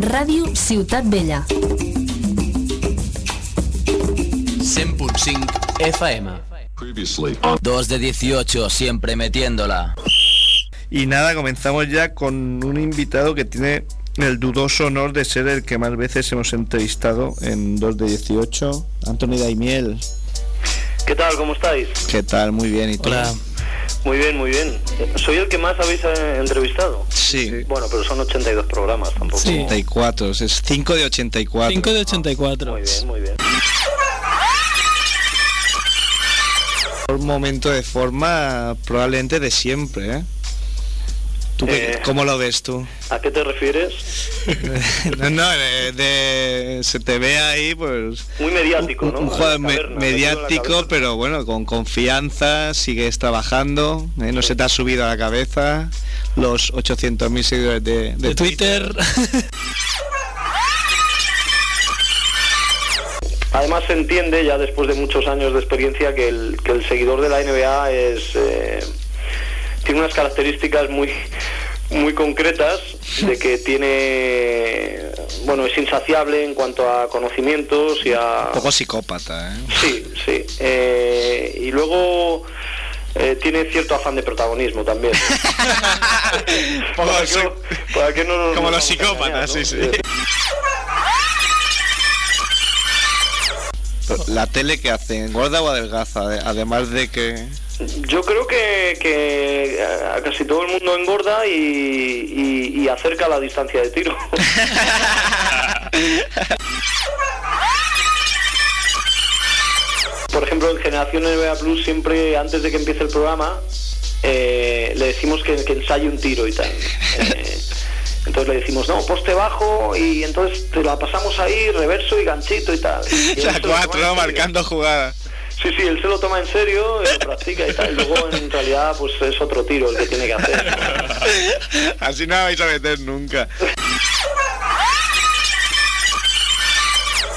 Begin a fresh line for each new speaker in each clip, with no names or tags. Ràdio Ciutat Vella.
100.5 FM.
Previously.
2 de 18, siempre metiéndola.
Y nada, comenzamos ya con un invitado que tiene el dudoso honor de ser el que más veces hemos entrevistado en 2 de 18, Antonio Daimiel.
¿Qué tal? ¿Cómo estáis?
¿Qué tal? Muy bien, ¿y tú?
Hola,
Muy bien, muy bien. Soy el que más habéis eh, entrevistado.
Sí,
Bueno, pero son 82 programas tampoco.
Sí.
84, es 5 de 84.
5 de 84.
Muy bien, muy bien.
Por momento de forma probablemente de siempre, ¿eh? ¿Tú qué-
Eh.
¿Cómo lo ves tú?
¿A qué te refieres?
no, no, de, de- se te ve ahí, pues...
Muy mediático,
un,
¿no?
un
A
jugador
la
me-
caverna, metido en
mediático,
la
pero bueno, con confianza, sigues trabajando, ¿eh? no se te ha subido a la cabeza los 800.000 seguidores de, de
De Twitter.
caverna. Además se entiende ya después de muchos años de experiencia que el, que el seguidor de la NBA es eh, tiene unas características muy muy concretas de que tiene bueno es insaciable en cuanto a conocimientos y a
Un poco psicópata, ¿eh?
Sí, sí. Eh, y luego eh, tiene cierto afán de protagonismo también.
Poco
¿Para
psi-
qué no- para qué no nos-
como los
nos vamos a
psicópatas,
engañar,
sí,
no?
sí. La tele que hace, engorda o adelgaza, Ade- además de que...
Yo creo que, que a casi todo el mundo engorda y, y- y acerca la distancia de tiro. Por ejemplo, en Generación NBA Plus siempre antes de que empiece el programa eh, le decimos que, que ensaye un tiro y tal. Eh, entonces le decimos, no, poste bajo y entonces te la pasamos ahí, reverso y ganchito y tal. Y él
La
se lo toma en
cuatro,
serio.
marcando jugadas.
Sí, sí, él se lo toma en serio, lo practica y tal. Y luego, en realidad, pues es otro tiro el que tiene que hacer.
Así no la vais a meter nunca.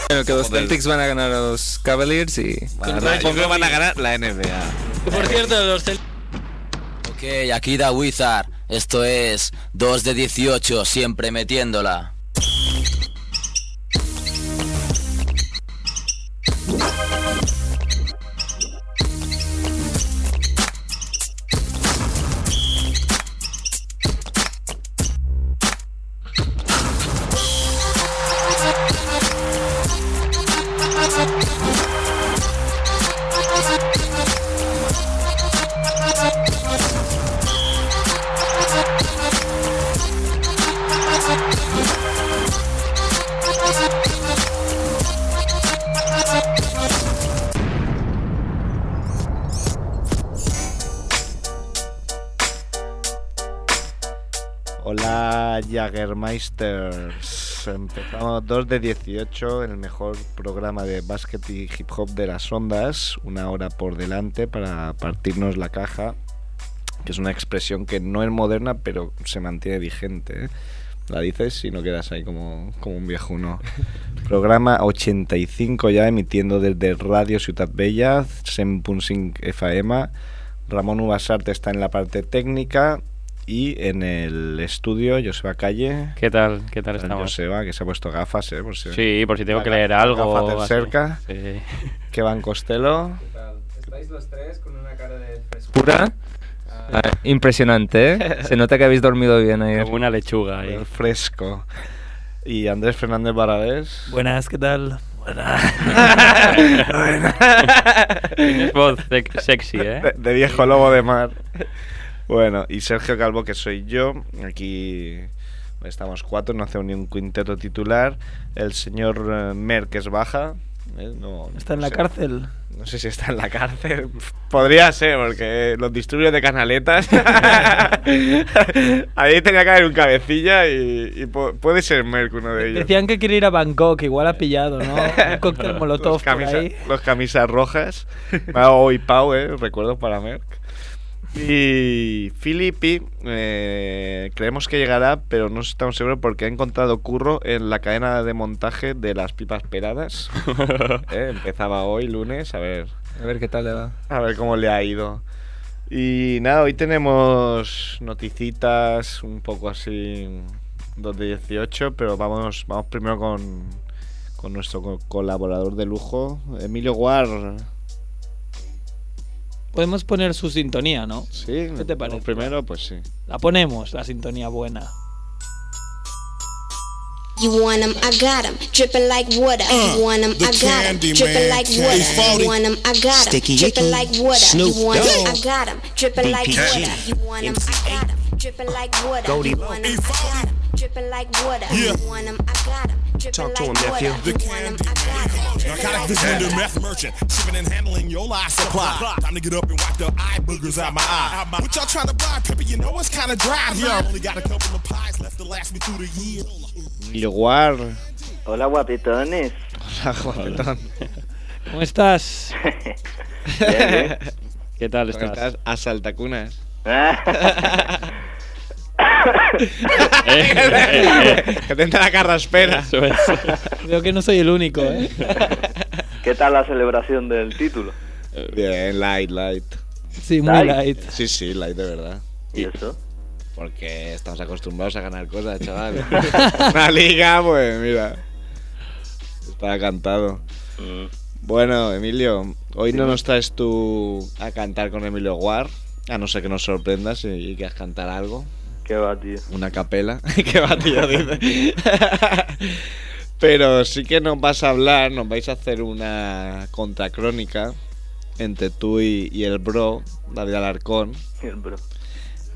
Bueno, que los Celtics van a ganar a los Cavaliers y
Supongo que van a ganar la NBA.
Por cierto, los tel-
Ok, aquí da Wizard. Esto es 2 de 18, siempre metiéndola.
Hola Jagermeisters. Empezamos 2 de 18, el mejor programa de básquet y hip hop de las ondas. Una hora por delante para partirnos la caja, que es una expresión que no es moderna, pero se mantiene vigente. ¿eh? La dices y no quedas ahí como, como un viejuno. Programa 85 ya emitiendo desde Radio Ciutat Bella, 100.5 FM. E Ramón Ubasarte está en la parte técnica y en el estudio Joseba Calle.
¿Qué tal? ¿Qué tal estamos?
Joseba, que se ha puesto gafas, ¿eh? Por si-
Sí, por si tengo
La
que
gafa-
leer algo.
gafas
o
de
así.
cerca.
Sí.
Que va en Costello.
Estáis los tres con una cara de frescura. Ah, impresionante, ¿eh? Se nota que habéis dormido bien ayer.
Como una lechuga ahí.
el fresco. Y Andrés Fernández Barabés.
Buenas, ¿qué tal?
Tienes voz sec- sexy,
De,
¿eh?
de viejo lobo de mar. Bueno, y Sergio Calvo, que soy yo. Aquí estamos cuatro, no hacemos ni un quinteto titular. El señor eh, Merck es baja. ¿eh? No,
Está en
no
la
sé.
cárcel.
No sé si está en la cárcel. Podría ser, porque los disturbios de canaletas. Ahí tenía que haber un cabecilla y, y pu- puede ser Merck uno de ellos.
Decían que quiere ir a Bangkok, igual ha pillado, ¿no? Un cóctel molotov
los,
por
camisa-
ahí.
los camisas rojas. Mao y Pau, eh, recuerdo para Merck. Y Filippi, eh, creemos que llegará, pero no estamos seguros porque ha encontrado curro en la cadena de montaje de las pipas peladas. Eh, empezaba hoy, lunes, a ver,
A ver qué tal le va.
a ver cómo le ha ido. Y nada, hoy tenemos noticitas un poco así 2 de 18, pero vamos, vamos primero con, con nuestro co- colaborador de lujo, Emilio Guar.
Podemos poner su sintonía, ¿no?
¿Sí?
¿Qué te parece?
Primero, pues sí.
La ponemos, la sintonía buena.
You want 'em, I got 'em, dripping like water. You want 'em, I got 'em, dripping like water. You want 'em, I got 'em, dripping like water. You want 'em, I got 'em, dripping like water. You want 'em, I got 'em, dripping like water. You want 'em, I got 'em, dripping like water. You want 'em, I got 'em, dripping like water. You want 'em, I got 'em, dripping like water.
Vendor, meth merchant, shipping and handling your life supply. Time to get up and wipe the eye boogers out my eye. What y'all trying to buy, Pippa? You know it's kind of dry here. I only got a couple of pies left to last me through the year.
Emilio Guar.
Hola guapetones.
Hola, guapetón.
¿Cómo estás?
Bien, bien.
¿Qué tal
¿Cómo
estás?
estás? A saltacunas.
Eh, eh, eh.
que te entra la carraspera.
Eso es.
Veo que no soy el único, ¿eh?
¿Qué tal la celebración del título?
Bien, light, light.
Sí, muy light.
Sí, sí, light de verdad.
¿Y eso?
Porque estamos acostumbrados a ganar cosas, chaval. Una liga, pues mira. Está cantado.
Mm.
Bueno, Emilio, hoy no nos traes tú a cantar con Emilio Guar, a no ser que nos sorprendas y, y quieras cantar algo,
¿Qué va, tío?
una capela, que va, tío, dice. Pero sí que nos vas a hablar, nos vais a hacer una contracrónica entre tú y, y el bro, David Alarcón,
El bro.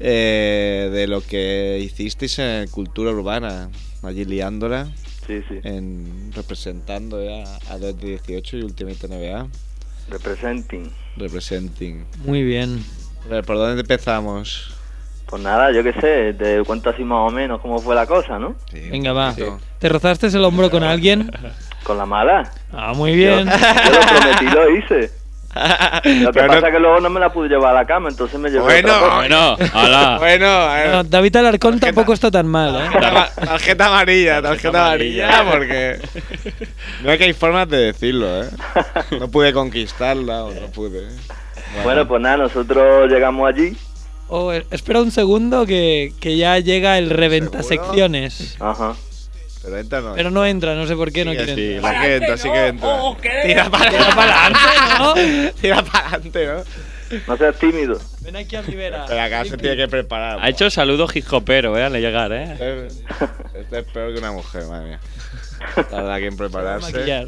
eh, de lo que hicisteis en Cultura Urbana, allí liándola,
Sí, sí.
en, representando ya a 218 y Ultimate NBA.
Representing.
Representing.
Muy bien.
A ver, ¿por dónde empezamos?
Pues nada, yo qué sé, te cuento así más o menos cómo fue la cosa, ¿no?
Venga, va. ¿Te rozaste el hombro con alguien?
Con la mala.
Ah, muy bien.
Yo, yo lo prometí, lo hice. Lo que
Pero no-
pasa es que luego no me la pude llevar a la cama, entonces me llevé
Bueno.
otra cosa.
Bueno, hola.
Bueno, a ver,
No, David Alarcón tampoco está tan mal, ¿eh?
tarjeta- tarjeta amarilla, tarjeta
amarilla.
amarilla, porque. Mira que hay formas de decirlo, ¿eh? No pude conquistarla o no pude.
Bueno, pues nada, nosotros llegamos allí.
Oh, eh, espera un segundo que, que ya llega el reventa
¿Seguro?
secciones.
Ajá.
Pero entra no.
Pero no entra, no sé por qué no
Sí,
quiere
sí,
entrar.
la que entra, sí que entra.
oh,
Tira para
adelante, ¿no?
Oh, Tira para adelante, ¿no?
No seas tímido.
Ven aquí a Rivera.
Pero acá se tiene que preparar.
Ha hecho saludo hijopero, eh, al llegar, eh.
Este es- este es peor que una mujer, madre mía. Tarda aquí en prepararse.
Maquillar.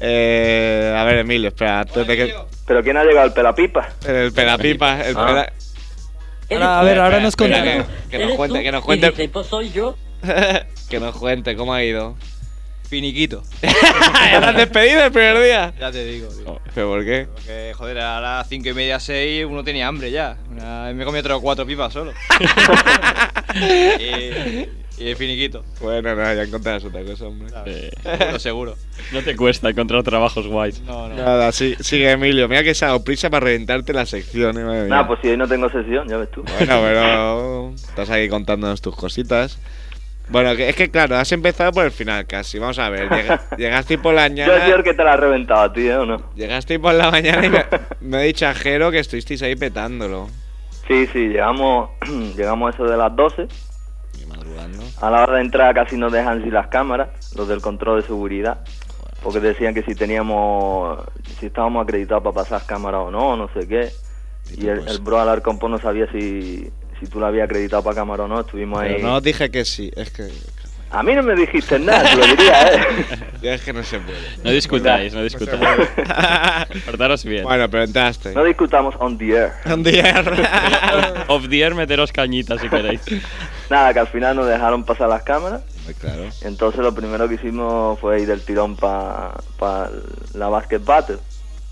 Eh, a ver, Emilio, espera, antes de que.
¿Pero quién ha llegado? ¿El pelapipa?
El pelapipa, el
Ah.
pela.
Ahora, a ver, ahora nos
Espera,
contará.
que, que nos cuente, que nos cuente,
pues soy yo.
que nos cuente cómo ha ido.
Finiquito.
¿Ya te has despedido el primer día?
Ya te digo, tío.
¿Pero por qué?
Porque, joder, a las 5 y media, 6 uno tenía hambre ya. Una- me comí otras cuatro pipas solo. y, y el finiquito,
Bueno, no, ya encontrarás otra cosa, hombre.
Eh,
lo seguro.
No te cuesta encontrar trabajos guays.
No, no.
Nada, sí, sigue Emilio. Mira que se ha dado prisa para reventarte la sección, eh, madre mía.
Nada, pues si hoy no tengo sesión, ya ves tú.
Bueno, pero estás ahí contándonos tus cositas. Bueno, que- es que claro, has empezado por el final casi. Vamos a ver, llega- llegaste por la
Yo soy el
mañana.
que te la he reventado a ti, ¿eh? ¿O no?
Llegaste por la mañana y me, me ha dicho a Jero que estuvisteis ahí petándolo.
Sí, sí, llegamos, llegamos a eso de las 12.
Y madrugando.
A la hora de entrar casi nos dejan sin las cámaras, los del control de seguridad, porque decían que si teníamos, si estábamos acreditados para pasar cámaras o no, no sé qué. Y el, el bro Alarcón pues, no sabía si, si tú la habías acreditado para cámara o no, estuvimos
Pero
ahí.
no os dije que sí, es que.
A mí no me dijiste nada, te lo diría, ¿eh?
Ya es que no se puede.
No discutáis, no discutáis. Portaros bien.
Bueno, pero entraste.
No discutamos on the air.
Un día.
Off the air, meteros cañitas si queréis.
Nada, que al final nos dejaron pasar las cámaras.
claro.
Entonces lo primero que hicimos fue ir del tirón para la Basket Battle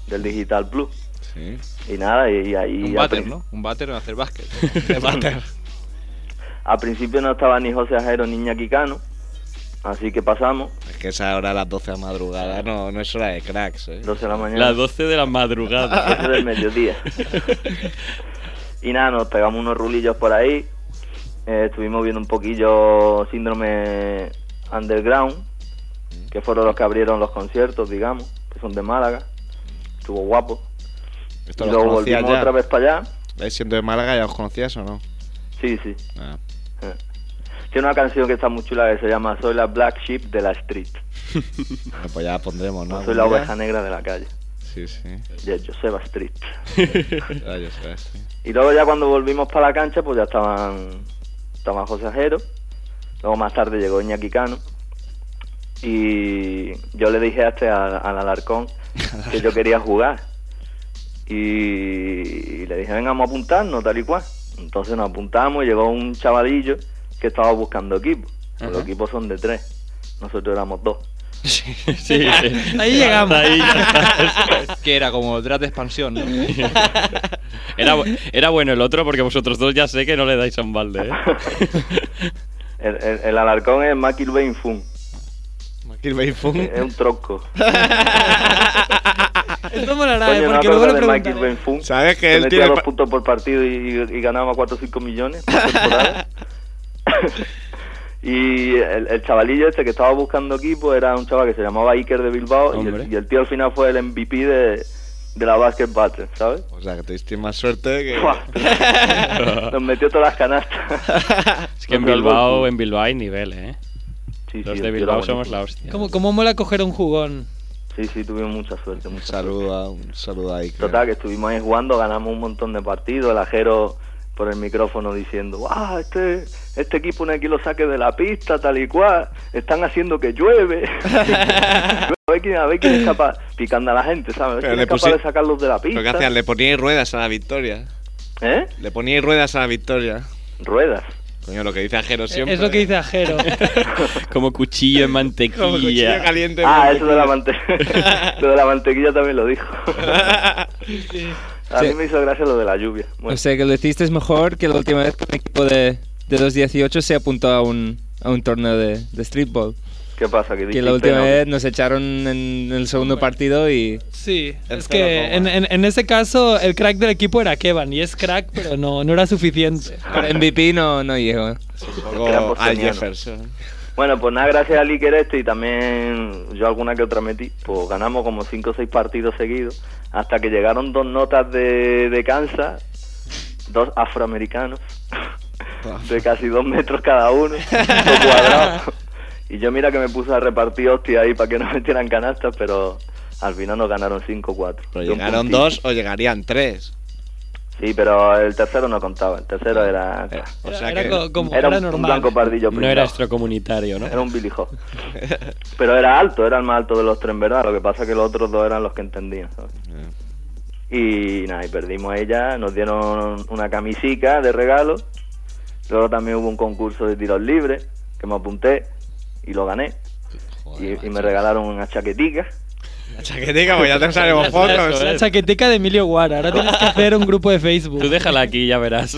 del Digital Plus.
Sí.
Y nada, y, y ahí...
Un
al
váter,
prin-
¿no? Un váter en hacer básquet.
Al principio no estaba ni José Ajero ni Iñaki Cano, así que pasamos,
Es que esa hora a las 12 de la madrugada no, no es hora de cracks, ¿eh?
12 de la mañana,
Las 12 de la
Ah.
madrugada.
12 del mediodía. y nada, nos pegamos unos rulillos por ahí, eh, estuvimos viendo un poquillo síndrome underground, que fueron los que abrieron los conciertos, digamos, que son de Málaga, estuvo guapo.
Esto
Y
lo
luego
conocías
volvimos
ya.
otra vez para allá,
¿Vais siendo de Málaga ya os conocías o no?
sí, sí.
Ah.
eh. Tiene una canción que está muy chula que se llama Soy la Black Sheep de la Street.
Bueno, pues ya la pondremos,
Ah,
¿no?
Soy la
Mira.
oveja negra de la calle.
Sí, sí.
De Joseba Street.
Ah, ya sabes, sí.
Y luego ya cuando volvimos para la cancha, pues ya estaban, estaban José Ajero. Luego más tarde llegó Iñaki Cano. Y yo le dije a este, a- al Alarcón, que yo quería jugar. Y, y le dije, venga, vamos a apuntarnos, tal y cual. Entonces nos apuntamos y llegó un chavalillo que estaba buscando equipo. Pues Los
Ajá.
equipos son de tres. Nosotros éramos dos.
Sí, sí.
Ahí llegamos.
Ahí ya está. que era como draft de expansión, ¿no? era, bu- era bueno el otro porque vosotros dos ya sé que no le dais a un balde, ¿eh?
El, el- el Alarcón es Maquilbein Fun. Es es un tronco.
Esto molará,
Coño,
eh,
no
porque
me
luego
acuerdo
le
de
preguntan.
Michael Benfun,
¿Sabes que
que
él
metía
tiene
dos
pa-
puntos por partido y, y- y ganaba 4 o 5 millones por temporada? y el, el chavalillo este que estaba buscando equipo era un chaval que se llamaba Iker de Bilbao y el, y el tío al final fue el MVP de, de la Basket Battle, ¿sabes?
O sea, que tuviste más suerte que...
Nos metió todas las canastas.
Es que en Bilbao, en Bilbao hay nivel, ¿eh? Los
sí,
de
el tío
Bilbao
era
somos
buenísimo.
la hostia.
¿Cómo, cómo mola coger un jugón?
Sí, sí, tuvimos mucha suerte. Mucha
saludo, a- un saludo a Iker.
Total, que estuvimos ahí jugando, ganamos un montón de partidos, el ajero por el micrófono diciendo, ¡guau! Este, este equipo no hay que lo saque de la pista, tal y cual, están haciendo que llueve. a, ver quién, a ver quién es capaz, picando a la gente, ¿sabes? A ver
Pero
quién
le
es capaz
pusi-
de sacarlos de la pista.
Lo que hacían, le poníais ruedas a la victoria.
¿Eh?
Le poníais ruedas a la victoria.
¿Ruedas?
Coño, lo que dice Ajero siempre.
Es lo que dice Ajero.
Como cuchillo en mantequilla.
Como cuchillo caliente en
Ah,
mantequilla.
eso de la, mante- lo de la mantequilla también lo dijo. a mí
Sí.
me hizo gracia lo de la lluvia. Bueno.
O sea que lo hiciste mejor que la última vez que un equipo de, de 2.18 se apuntó a un, a un torneo de, de streetball.
¿Qué pasa? Que
Que la última vez nos echaron en el segundo partido y...
Sí, es que en, en- en ese caso el crack del equipo era Kevan y es crack, pero no, no era suficiente.
Para MVP no, no llegó.
Éramos genianos. Bueno, pues nada, gracias al Iker este y también yo alguna que otra metí, pues ganamos como 5 o 6 partidos seguidos, hasta que llegaron dos notas de, de Kansas, dos afroamericanos, de casi dos metros cada uno, dos cuadrados. Y yo mira que me puse a repartir hostias ahí para que no metieran canastas, pero al final nos ganaron 5-4. Y un
Pues Llegaron
puntito.
dos o llegarían tres.
Sí, pero el tercero no contaba, el tercero era...
o sea
era que- co- como-
Era un-
era
un
normal.
blanco pardillo.
No
pringao.
era extracomunitario, ¿no?
Era un Billy Hawk. Pero era alto, era el más alto de los tres, en verdad. Lo que pasa es que los otros dos eran los que entendían, ¿sabes? Y nada, y perdimos a ella. Nos dieron una camisica de regalo. Luego también hubo un concurso de tiros libres que me apunté y lo gané. Y- y, me regalaron una chaquetica.
La chaquetica, pues ya te sabemos fotos.
La chaqueteca de Emilio Guara. Ahora tienes que hacer un grupo de Facebook.
Tú déjala aquí, ya verás.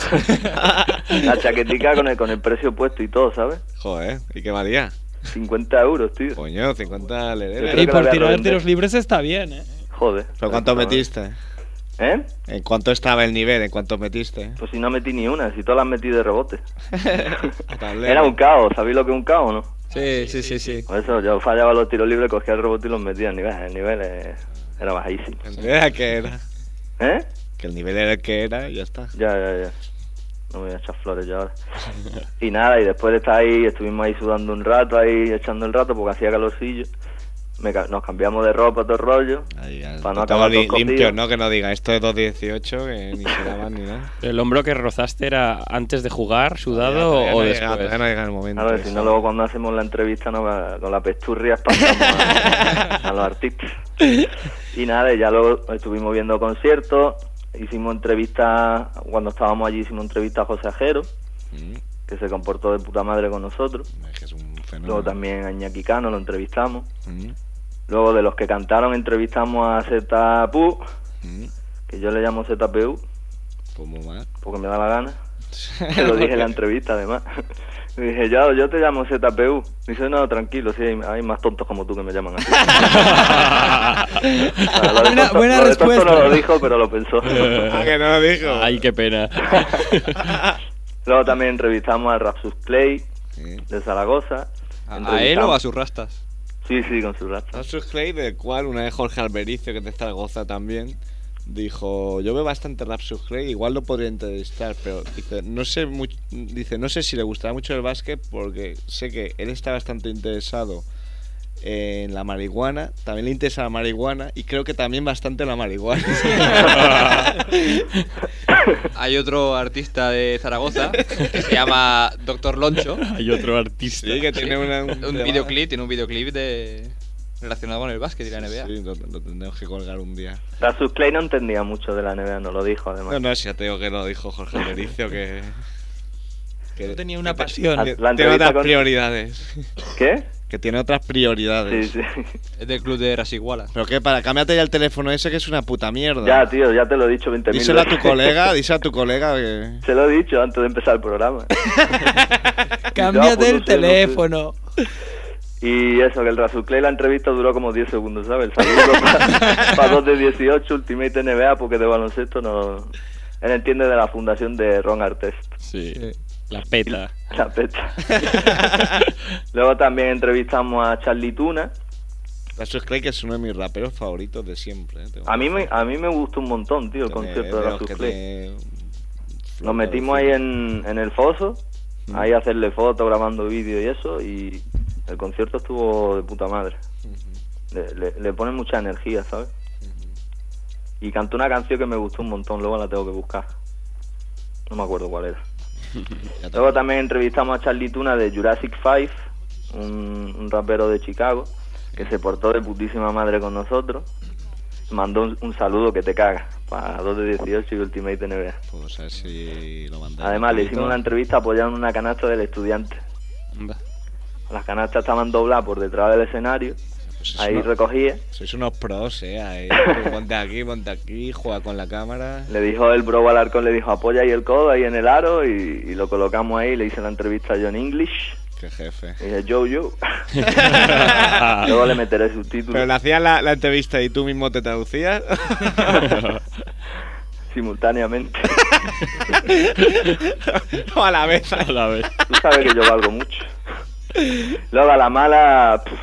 La chaquetica con el, con el precio puesto y todo, ¿sabes?
Joder, ¿y qué valía?
50 euros, tío.
Coño, 50
Yo
lederes.
creo
Y
que
por
la voy a
tirar
revender.
tiros libres está bien, ¿eh?
Joder.
¿Pero cuánto metiste?
¿Eh?
¿En cuánto estaba el nivel? ¿En cuánto metiste?
Pues si no metí ni una, si todas las metí de rebote.
Tablero.
Era un caos, ¿sabéis lo que es un caos, no?
Sí, sí, sí, sí.
Por eso yo fallaba los tiros libres, cogía el rebote y los metía. El nivel, el nivel eh, era bajísimo.
Era que era.
¿Eh?
Que el nivel era el que era y ya está.
Ya, ya, ya. No me voy a echar flores yo ahora. Y nada, y después de estar ahí, estuvimos ahí sudando un rato, ahí echando el rato porque hacía calorcillo. Me ca- nos cambiamos de ropa, todo el rollo. para no
Estaba
acabar
li-
todos cocidos.
limpio, ¿no? Que no diga esto es 2.18, que ni se daban ni nada.
¿El hombro que rozaste era antes de jugar, sudado
Todavía- todavía
o
no ha
después?
llegado, todavía no ha llegado el momento.
Claro, si no, luego cuando hacemos la entrevista no, va- con la pesturria espantamos a, a los artistas. Y nada, y ya luego estuvimos viendo conciertos, hicimos entrevistas, cuando estábamos allí hicimos entrevistas a José Ajero,
Mm.
que se comportó de puta madre con nosotros. Luego también a Iñaki Cano lo entrevistamos.
Mm.
Luego de los que cantaron entrevistamos a ZPU,
Mm.
que yo le llamo ZPU,
¿Cómo va?
porque me da la gana. Se lo dije en la entrevista, además. Le dije, yo, yo te llamo ZPU. Dice, no, tranquilo, sí, hay, hay más tontos como tú que me llaman así. Bueno, lo de
Buena-
tonto-
buena
lo de tonto
respuesta.
No lo dijo, pero lo pensó.
Ah, que no lo dijo.
Ay, qué pena.
Luego también entrevistamos a Rapsus Clay, de Zaragoza.
¿A él o a
Entrevistamos-
sus rastas?
Sí, sí, con su rap.
Sus Clay, del cual una vez Jorge Albericio, que te está goza también, dijo, yo veo bastante Rapsus Craig, igual lo podría entrevistar, pero dice, no sé mu- dice, no sé si le gustará mucho el básquet porque sé que él está bastante interesado en la marihuana, también le interesa la marihuana y creo que también bastante la marihuana.
Hay otro artista de Zaragoza que se llama Doctor Loncho.
Hay otro artista.
que tiene una- un
un,
tema.
videoclip, tiene un videoclip de relacionado con el básquet y la NBA.
Sí, lo, lo tendremos que colgar un día.
Rasus Clay no entendía mucho de la NBA, no lo dijo además.
No, no, si ya tengo que lo dijo Jorge Alericio que... que
tenía
una
pasión.
La
tiene
entrevista
otras
con-
prioridades.
¿Qué?
Que tiene otras prioridades.
Es del club de Rasiguala.
Pero que para cámbiate ya el teléfono ese que es una puta mierda.
Ya, tío, ya te lo he dicho 20.000 veces.
díselo a tu colega, díselo a tu colega que...
Se lo he dicho antes de empezar el programa.
Cambia
Ya, pues,
del
no sé, no sé.
teléfono.
Y eso, que el Rasul Clay la entrevista duró como 10 segundos, ¿sabes? El saludo para pa dos de 18, Ultimate NBA, porque de baloncesto no... Él entiende de la fundación de Ron Artest.
Sí. La peta.
La peta. Luego también entrevistamos a Charlie Tuna.
Rasus Clay que es uno de mis raperos favoritos de siempre. eh, tengo
A mí
que
me, a mí me gustó un montón, tío, el
Tiene-
concierto de
veo
Rasus
que
Clay.
tiene
Nos metimos ahí en, en el foso, ahí a hacerle fotos, grabando vídeos y eso, y el concierto estuvo de puta madre. Le, le- le pone mucha energía, ¿sabes? Y cantó una canción que me gustó un montón, luego la tengo que buscar. No me acuerdo cuál era. Luego también entrevistamos a Charlie Tuna de Jurassic Five, un, un rapero de Chicago, que se portó de putísima madre con nosotros. Mandó un, un saludo que te caga para 2 de 18 y Ultimate NBA.
Pues a ver si lo mandamos.
Además, le hicimos una entrevista apoyando una canasta del estudiante. Las canastas estaban dobladas por detrás del escenario.
es
Ahí
una-
recogía.
Sois unos pros, eh. ahí. Ponte aquí, ponte aquí, juega con la cámara.
Le dijo el bro Alarcón, le dijo apoya ahí el codo, ahí en el aro, y, y lo colocamos ahí. Le hice la entrevista a John English.
Qué jefe.
Y dije, yo, yo. Luego le meteré subtítulos.
Pero le hacías la, la entrevista y tú mismo te traducías.
Simultáneamente.
O a la vez. A
la vez.
Tú sabes que yo valgo mucho. Luego a la mala, pf,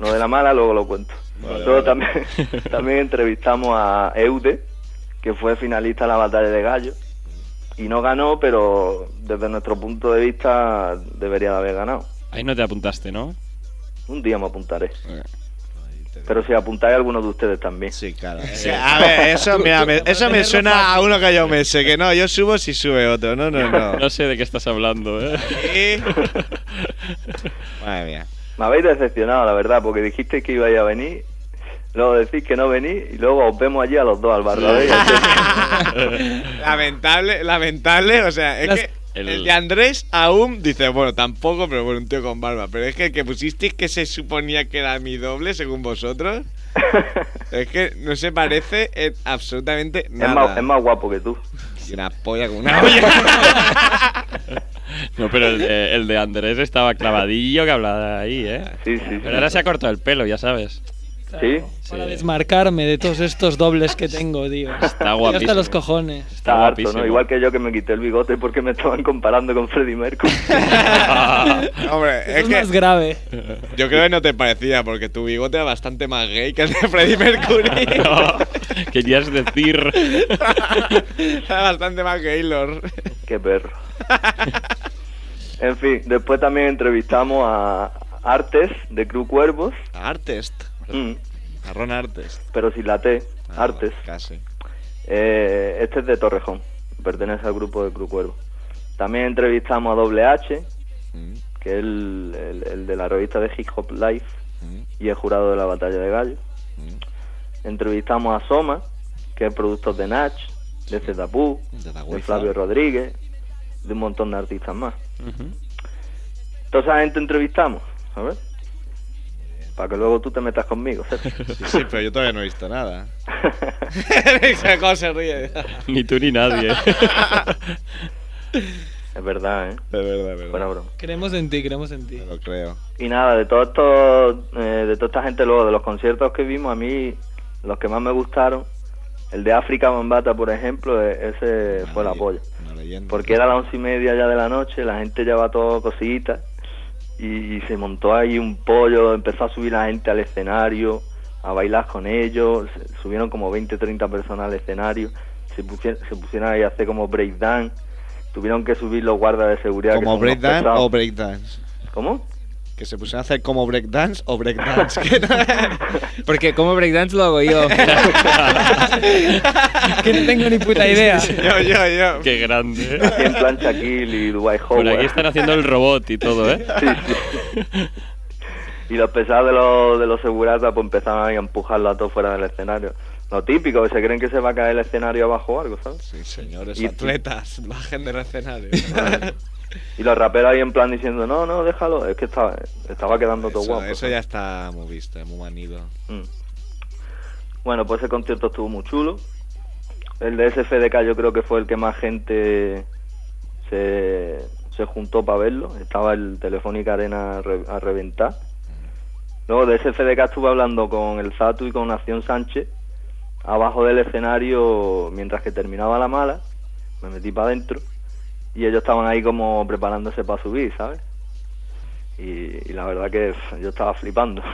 lo de la mala luego lo cuento.
Vale, vale.
luego También, también entrevistamos a Eude, que fue finalista en la batalla de Gallo. Y no ganó, pero desde nuestro punto de vista debería de haber ganado.
Ahí no te apuntaste, ¿no?
Un día me apuntaré. Pero si apuntáis alguno de ustedes también.
Sí, claro. eh. A ver, eso, mira, me- eso me suena a uno que yo me sé. Que no, yo subo si sube otro. No, no, no.
No sé de qué estás hablando, ¿eh?
Madre mía.
Me habéis decepcionado, la verdad, porque dijisteis que ibais a venir, luego decís que no venís y luego os vemos allí a los dos al bar. ¿sabéis?
Lamentable, lamentable. O sea, es
Las-
que.
El-
El de Andrés aún dice, bueno, tampoco, pero bueno, un tío con barba. Pero es que el que pusisteis que se suponía que era mi doble, según vosotros, es que no se parece en absolutamente
Es más,
nada.
es más guapo que tú.
Y una polla con una olla.
No, pero el de, el de Andrés estaba clavadillo que hablaba ahí, ¿eh?
Sí, sí.
Pero ahora se ha cortado el pelo, ya sabes.
Sí.
Para desmarcarme de todos estos dobles que tengo, tío. Está
guapísimo.
Hasta los cojones.
Está harto,
guapísimo.
¿no? Igual que yo que me quité el bigote porque me estaban comparando con Freddie Mercury.
Hombre, es, que.
grave.
Yo creo que no te parecía, porque tu bigote era bastante más gay que el de Freddie Mercury.
Querías decir.
era bastante más gaylor.
Qué perro. En fin, después también entrevistamos a Artes de Cruz Cuervos.
Artest.
Mm,
A Ron Artest.
pero sin la T, Artes.
Ah, Casi.
Eh, este es de Torrejón, pertenece al grupo de Cruz Cuervo. También entrevistamos a Doble H,
Mm.
que es el, el- el de la revista de Hip Hop Life
Mm.
y es jurado de la Batalla de Gallo. Entrevistamos a Soma, que es productor de Nach, de Zetapu, de Flavio Rodríguez, de un montón de artistas más. Toda esa gente entrevistamos, a ver. Para que luego tú te metas conmigo, Sergio.
Sí, sí, pero yo todavía no he visto nada.
¿Cómo se ríe?
Ni tú ni nadie.
Es verdad, ¿eh?
Es verdad, es verdad.
Buena broma.
Creemos en ti, creemos en ti.
Lo creo.
Y nada, de todo esto, eh, de toda esta gente luego, de los conciertos que vimos, a mí los que más me gustaron, el de África Bambata, por ejemplo, e- ese fue la polla. Porque era las once y media ya de la noche, la gente ya va todo cositas y, se montó ahí un pollo, empezó a subir la gente al escenario, a bailar con ellos, subieron como 20, 30 personas al escenario, se pusieron, se pusieron ahí a hacer como breakdown, tuvieron que subir los guardas de seguridad. que
¿Como
son más
breakdance
pesados.
o breakdance?
¿Cómo?
Que se pusieron a hacer como breakdance o breakdance. Que no-
Porque como breakdance lo hago yo. que no tengo ni puta idea.
Yo, yo, yo.
Qué grande.
Aquí en plan Shaquille y Dwight Howard.
Por aquí están haciendo el robot y todo, ¿eh?
Y los pesados de los, de los seguratas pues empezaron ahí a empujarlo a todos fuera del escenario. Lo típico, que se creen que se va a caer el escenario abajo o algo, ¿sabes?
Sí, señores
Y-
atletas, bajen del escenario.
Y los raperos ahí en plan diciendo, no, no, déjalo, es que estaba, estaba quedando todo
eso,
guapo.
eso ya está muy visto, muy manido.
Mm. Bueno, pues ese concierto estuvo muy chulo. El de SFDK yo creo que fue el que más gente se, se juntó para verlo. Estaba el Telefónica Arena a, re- a reventar. Luego de SFDK estuve hablando con el Zatu y con Nación Sánchez. Abajo del escenario, mientras que terminaba la mala, me metí para adentro. Y ellos estaban ahí como preparándose para subir, ¿sabes? Y, y la verdad que pf, yo estaba flipando.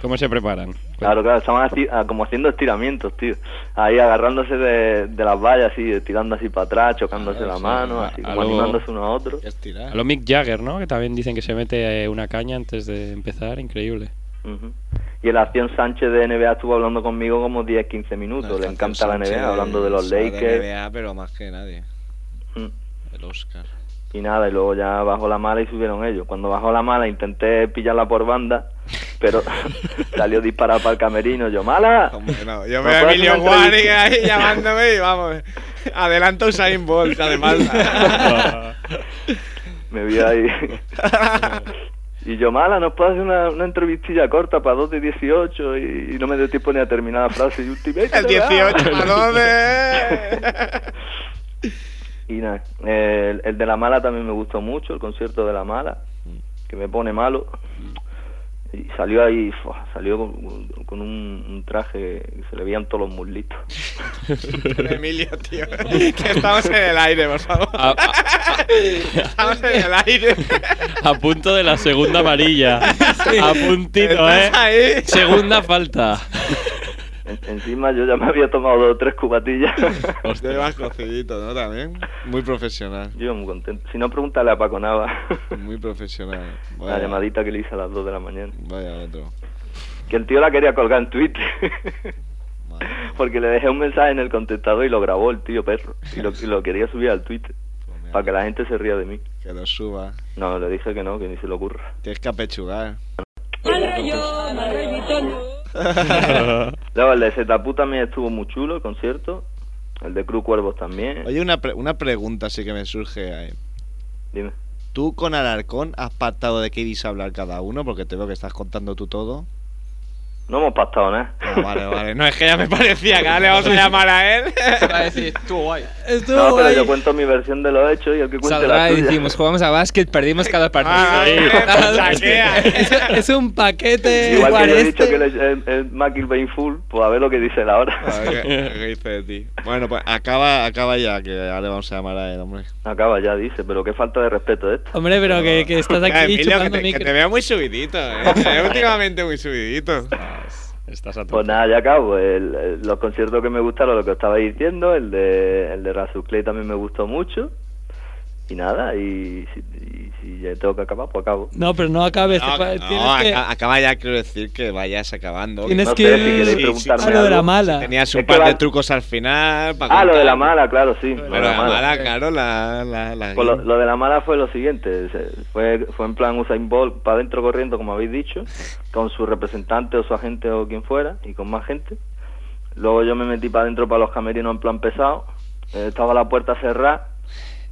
¿Cómo se preparan?
Claro, claro, estaban así, ah, como haciendo estiramientos, tío. Ahí agarrándose de, de las vallas, así, tirando así para atrás, chocándose
Ah,
la
sí,
mano,
a-
así
a
como
lo-
animándose uno a otro.
A lo Mick Jagger, ¿no? Que también dicen que se mete eh, una caña antes de empezar. Increíble.
Ujú. Y el Acción Sánchez de NBA estuvo hablando conmigo como 10-15 minutos. Le encanta la NBA,
Sánchez
hablando de los
sabe
Lakers. Mm.
NBA, pero más que nadie. El Oscar.
Y nada, y luego ya bajó la mala y subieron ellos. Cuando bajó la mala intenté pillarla por banda, pero salió disparada para el camerino. Yo, ¡mala!
No, Ah, yo
¿Me
veo a
puedes
Emilio
Pues hacer una
Warren
entrevista?
ahí llamándome y vamos. Adelanto Usain Bolt, además.
Me vi ahí. y yo, mala, nos puedo hacer una, una entrevistilla corta para 2 de 18 y, y no me dio tiempo ni a terminar la frase. Y ultimate,
El 18 para 12.
Y nada, eh, el, el de la mala también me gustó mucho, el concierto de la mala, que me pone malo. Y salió ahí, fua, salió con, con un, un traje que se le veían todos los muslitos.
Emilio, tío. Que estamos en el aire, por favor.
Ah,
Estamos en el aire.
A punto de la segunda amarilla. A puntito, ¿eh?
¿Estás ahí?
Segunda falta.
En- encima yo ya me había tomado dos o tres cubatillas.
Te vas cocidito, ¿no? También. Muy profesional.
Yo muy contento. Si no, pregúntale a Paco Nava.
Muy profesional.
La llamadita que le hice a las 2 de la mañana.
Vaya otro.
Que el tío la quería colgar en Twitter. Porque le dejé un mensaje en el contestador y lo grabó el tío perro. Y lo, y lo quería subir al Twitter. Para que la gente se ría de mí.
Pues Que lo suba.
No, le dije que no, que ni se le ocurra.
Tienes que apechugar.
Luego el de Zetapu también estuvo muy chulo el concierto. El de Cruz Cuervos también.
Oye, una, pre- una pregunta sí que me surge ahí.
Dime.
¿Tú con Alarcón has pactado de qué ibais a hablar cada uno? Porque te veo que estás contando tú todo.
No hemos pactado nada.
Ah, vale, vale. No, es que ya me parecía que ahora le vamos a llamar a él.
Va a decir, estuvo guay.
no, pero yo cuento mi versión de lo hecho y el que cuente
Saldrá
la
y
tuya.
decimos, jugamos a básquet, perdimos cada partido.
Ah, es,
es un paquete.
Igual que yo he
parece.
dicho que es el, el Michael Bainful, pues a ver lo que dice él ahora.
A ver, ¿qué, qué dice de ti? Bueno, pues acaba, acaba ya, que ahora le vamos a llamar a él, hombre.
Acaba ya, dice, pero qué falta de respeto esto.
Hombre, pero que, que estás
Ah,
aquí
Emilio, que
chupando
te, que
micro.
te veo muy subidito, ¿eh? Te veo últimamente muy subidito.
Estás a
Pues nada, ya acabo. El- el- los conciertos que me gustaron, lo que os estaba diciendo, el de, el de Rasus Clay también me gustó mucho. Y nada, y si, y si ya tengo que acabar, pues acabo.
No, pero no acabes. te pa-
No,
tienes que-
aca- acaba ya, quiero decir que vayas acabando.
Tienes No sé, que si queréis
Sí, sí,
preguntarme
sí.
algo. A lo de la
mala.
tenías un
Es que
par de
va-
trucos al final. pa'
Ah, lo de la
contar.
mala, claro, sí.
Lo
lo
de la mala, claro, la. la, la-
Pues lo, lo de la mala fue lo siguiente, se- fue, fue en plan Usain Bolt para adentro corriendo, como habéis dicho, con su representante o su agente o quien fuera, y con más gente. Luego yo me metí para adentro para los camerinos en plan pesado, eh, estaba la puerta cerrada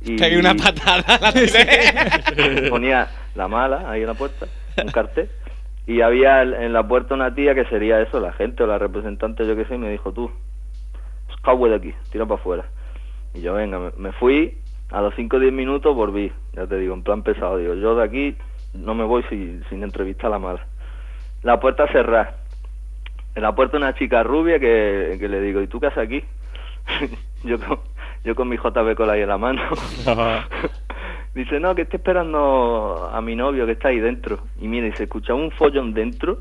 y
Pegué una patada, la tiré.
ponía la mala ahí en la puerta, un cartel, y había el- en la puerta una tía que sería eso, la gente o la representante, yo qué sé, y me dijo, tú, escabue de aquí, tira para afuera. Y yo, venga, me, me fui, a los 5 o 10 minutos volví, ya te digo, en plan pesado, digo, yo de aquí no me voy sin, sin entrevista a la mala. La puerta cerrada. En la puerta una chica rubia que, que le digo, ¿y tú qué haces aquí? yo, con, yo con mi JB cola ahí en la mano. Dice, no, que estoy esperando a mi novio que está ahí dentro. Y mira, y se escuchaba un follón dentro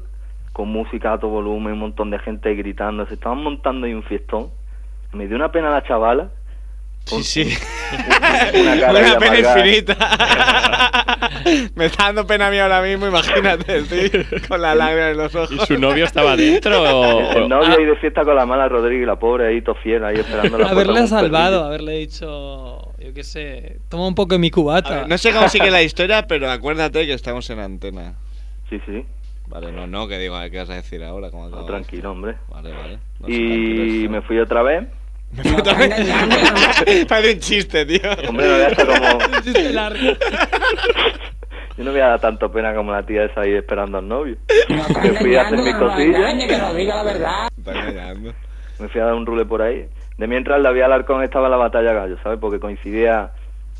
con música a todo volumen, un montón de gente gritando, se estaban montando ahí un fiestón. Me dio una pena la chavala.
Sí, sí.
Una cara ahí
Una pena
amargada.
infinita. Me está dando pena a mí ahora mismo, imagínate, estoy con la lágrima en los ojos.
¿Y su novio estaba dentro o-
El
ah.
novio ahí de fiesta con la mala Rodríguez, la pobre ahí tosiendo, ahí esperando la puerta con
Haberle
un
salvado, haberle dicho, yo qué sé, toma un poco de mi
A
cubata.
ver, no sé cómo sigue la historia, pero acuérdate que estamos en antena.
Sí, sí.
Vale, no, no, que digo, ¿qué vas a decir ahora? ¿Cómo acaba
tranquilo,
esto?
hombre.
Vale, vale. No sé, tranquilo,
Y me fui otra vez.
Parece un chiste, tío.
Hombre, no veas que como.
chiste largo.
Yo no voy a dar tanto pena como la tía esa ahí esperando al novio. Me fui a hacer mis cosillas. Me fui a dar un rule por ahí. De mientras la vía Alarcón estaba en la batalla gallo, ¿sabes? Porque coincidía.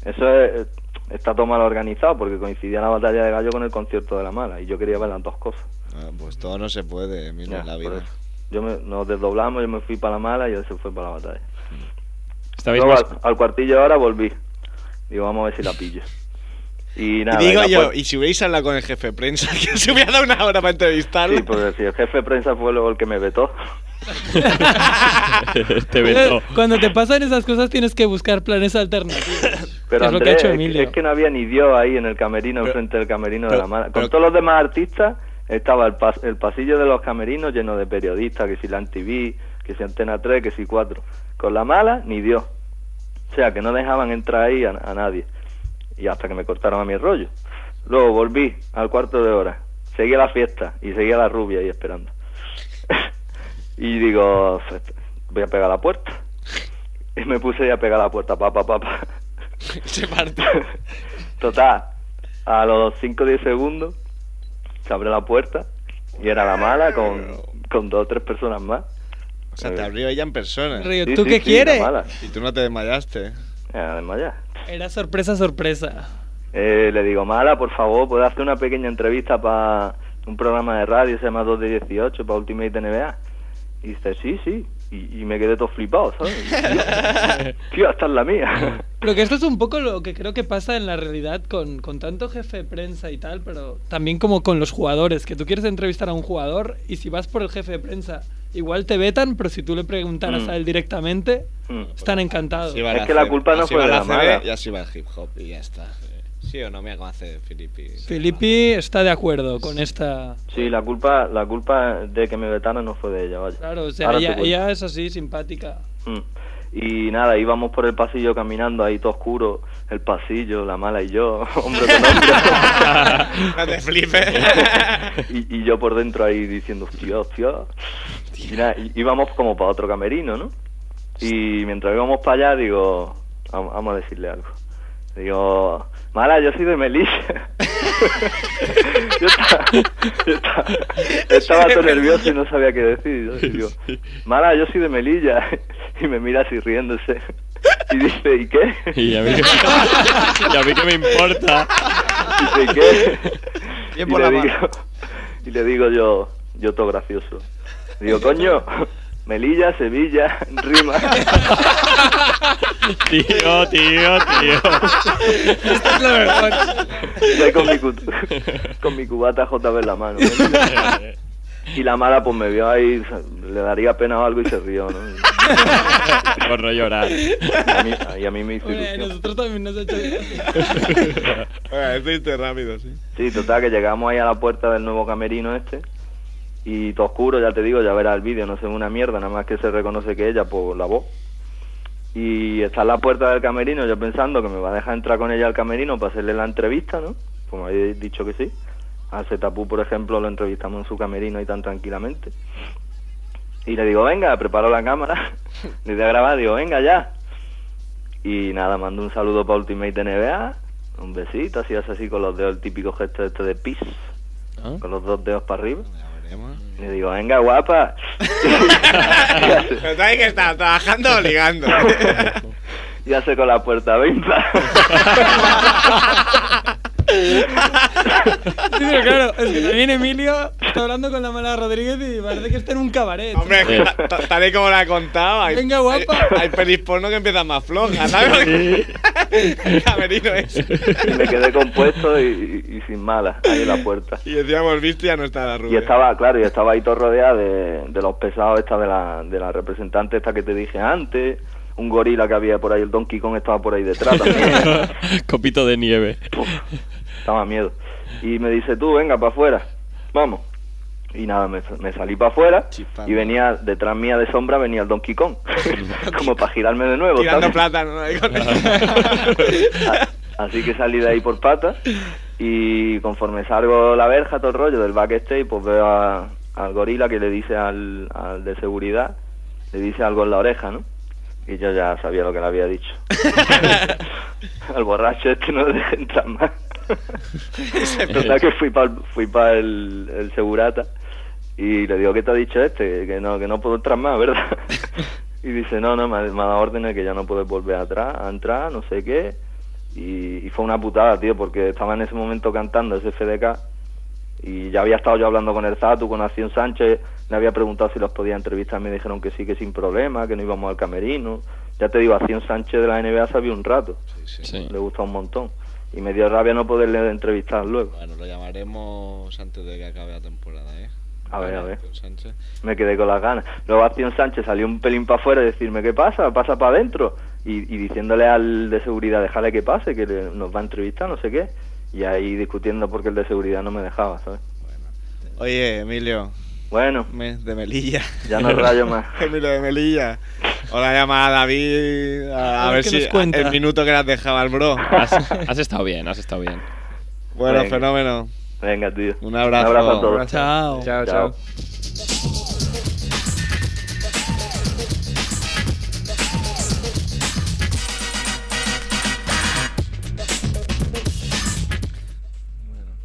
Eso es- eh, está todo mal organizado, porque coincidía la batalla de gallo con el concierto de la mala. Y yo quería ver las dos cosas.
Ah, pues todo no se puede, Emilio,
Ya,
en la
por
vida.
eso. Yo me- nos desdoblamos, yo me fui para la mala y él se fue para la batalla.
Estabais
Luego
más-
al, al cuartillo ahora volví. Digo, vamos a ver si la pillo. Y nada. pues.
y digo
en la
yo,
puerta-
y si hubierais hablado con el jefe de prensa, que se hubiera dado una hora para entrevistarlo.
Sí, porque si el jefe de prensa fue luego el que me vetó.
Te
Eh, Cuando te pasan esas cosas tienes que buscar planes alternativos.
Pero
es lo que ha
Andrés,
hecho
es-
Emilio.
es que no había ni Dios ahí en el camerino, enfrente del camerino de la mala. Con todos los demás artistas estaba el, pas- el pasillo de los camerinos lleno de periodistas, que si la TV, que si Antena 3, que si 4. Con la mala, ni Dios. O sea, que no dejaban entrar ahí a, a nadie. Y hasta que me cortaron a mi rollo. Luego volví al cuarto de hora. Seguía la fiesta y seguía la rubia ahí esperando. y digo, voy a pegar la puerta. Y me puse ahí a pegar la puerta, papá, papá. Pa, pa.
Se parte.
Total, a los 5 o 10 segundos se abre la puerta y era la mala con, con dos o tres personas más. Eh.
O sea, te abrió ella en persona.
Río, Sí, ¿tú sí, qué sí, la quieres? mala.
Y tú no te desmayaste.
Ya, desmayar.
Era sorpresa, sorpresa.
Eh, le digo, mala, por favor, ¿puedo hacer una pequeña entrevista para un programa de radio, se llama 2 de 18, para Ultimate NBA? Y dice, sí, sí. Y, y me quedé todo flipado, ¿sabes? Tío, hasta es la mía.
Pero que esto es un poco lo que creo que pasa en la realidad con, con tanto jefe de prensa y tal, pero también como con los jugadores, que tú quieres entrevistar a un jugador y si vas por el jefe de prensa, igual te vetan, pero si tú le preguntaras
Mm.
a él directamente, están encantados.
Así va
Es que la
CB,
culpa no
así
fue
va
de la
CB,
mala.
Y así va el hip hop y ya está. Sí o no, mira cómo hace Filippi.
Filippi está de acuerdo con esta...
Sí, la culpa, la culpa de que me vetaran no fue de ella, vaya.
Claro, o sea,
Ahora pues. te
ella,
cuento.
ella es así, simpática.
Mm. Y nada, íbamos por el pasillo caminando ahí todo oscuro, el pasillo, la mala y yo, hombre con hombre.
No te flipes.
y, y yo por dentro ahí diciendo, hostia, hostia. Y nada, í- íbamos como para otro camerino, ¿no? Y mientras íbamos para allá, digo, "Vam- vamos a decirle algo. Digo, mala, yo soy de Melilla. yo estaba, yo estaba- estaba todo nervioso y no sabía qué decir. Y digo, mala, yo soy de Melilla. Y me mira así riéndose. Y dice, ¿y qué?
Y a mí, y a mí que me importa.
Dice, ¿y qué?
Bien
y
por
le
la
digo, Y le digo yo, yo todo gracioso. Digo, coño, Melilla, Sevilla, rima.
Tío, tío, tío.
Esto es lo mejor.
Estoy con mi, cu- con mi cubata JB en la mano. Y la mala pues me vio ahí, le daría pena o algo y se rió, ¿no?
Por no llorar.
Y a mí, y a mí me hizo
Oye,
ilusión.
nosotros también nos ha hecho...
rápido, sí.
Sí, total, que llegamos ahí a la puerta del nuevo camerino este. Y todo oscuro, ya te digo, ya verás el vídeo, no se ve una mierda, nada más que se reconoce que ella por la voz. Y está en la puerta del camerino, yo pensando que me va a dejar entrar con ella al camerino para hacerle la entrevista, ¿no? Como habéis dicho que sí. A Zetapú, por ejemplo, lo entrevistamos en su camerino y tan tranquilamente. Y le digo, venga, preparo la cámara. Le voy a grabar, digo, venga ya. Y nada, mando un saludo para Ultimate NBA. Un besito, así hace así con los dedos, el típico gesto este de pis. Con los dos dedos para arriba. Y le digo, venga, guapa.
Pero sabes que está trabajando o ligando.
Y hace con la puerta, venga.
Sí, pero Claro, claro. Es que también Emilio está hablando con la mala Rodríguez y parece que está en un cabaret.
Hombre, ta- ta- tal y como la contaba, hay,
Venga, guapa.
hay pelis porno que empiezan más flojas, ¿sabes? El camerino es.
Y me quedé compuesto y, y- y sin malas ahí en la puerta.
Y decíamos, viste, ya no está la
Y
rubia.
estaba, claro, y estaba ahí todo rodeado de, de los pesados, esta de la, de la representante esta que te dije antes. Un gorila que había por ahí, el Donkey Kong estaba por ahí detrás también.
Copito de nieve.
Estaba miedo. Y me dice, tú, venga, para afuera. Vamos. Y nada, me, me salí para afuera y venía, detrás mía de sombra venía el Donkey Kong. Como para girarme de nuevo.
Tirando
¿sabes?
plátano, ¿no? Ahí con el-
Así que salí de ahí por patas y conforme salgo la verja, todo el rollo del backstage, pues veo a- al gorila que le dice al, al de seguridad, le dice algo en la oreja, ¿no? Y yo ya sabía lo que le había dicho. al borracho este no le dejé entrar más. Total que fui para fui pa el, el segurata y le digo, ¿qué te ha dicho este? Que no, que no puedo entrar más, ¿verdad? y dice, no, no, me ha, me ha dado órdenes que ya no puedes volver atrás, a entrar, no sé qué. Y, y fue una putada, tío, porque estaba en ese momento cantando ese FDK y ya había estado yo hablando con el Zatu, con Acción Sánchez, le había preguntado si los podía entrevistar, me dijeron que sí, que sin problema, que no íbamos al camerino. Ya te digo, Acción Sánchez de la NBA sabía un rato, le gusta un montón. Y me dio rabia no poderle entrevistar luego.
Bueno, lo llamaremos antes de que acabe la temporada, ¿eh?
A ver, a ver.
Sánchez.
me quedé con las ganas. Luego Acción Sánchez salió un pelín para afuera y decirme, ¿qué pasa? Pasa para adentro. Y, y diciéndole al de seguridad, déjale que pase, que le- nos va a entrevistar, no sé qué. Y ahí discutiendo porque el de seguridad no me dejaba, ¿sabes?
Oye, Emilio.
Bueno.
de Melilla.
Ya no rayo más.
Emilio de Melilla. Hola, llama a David. A, a
A ver
ver
qué
si
nos cuenta.
el minuto que nos dejaba el bro.
Has, has estado bien, has estado bien.
Bueno,
Venga.
fenómeno.
Venga, tío.
Un abrazo.
Un abrazo a todos.
Chao.
Chao, chao.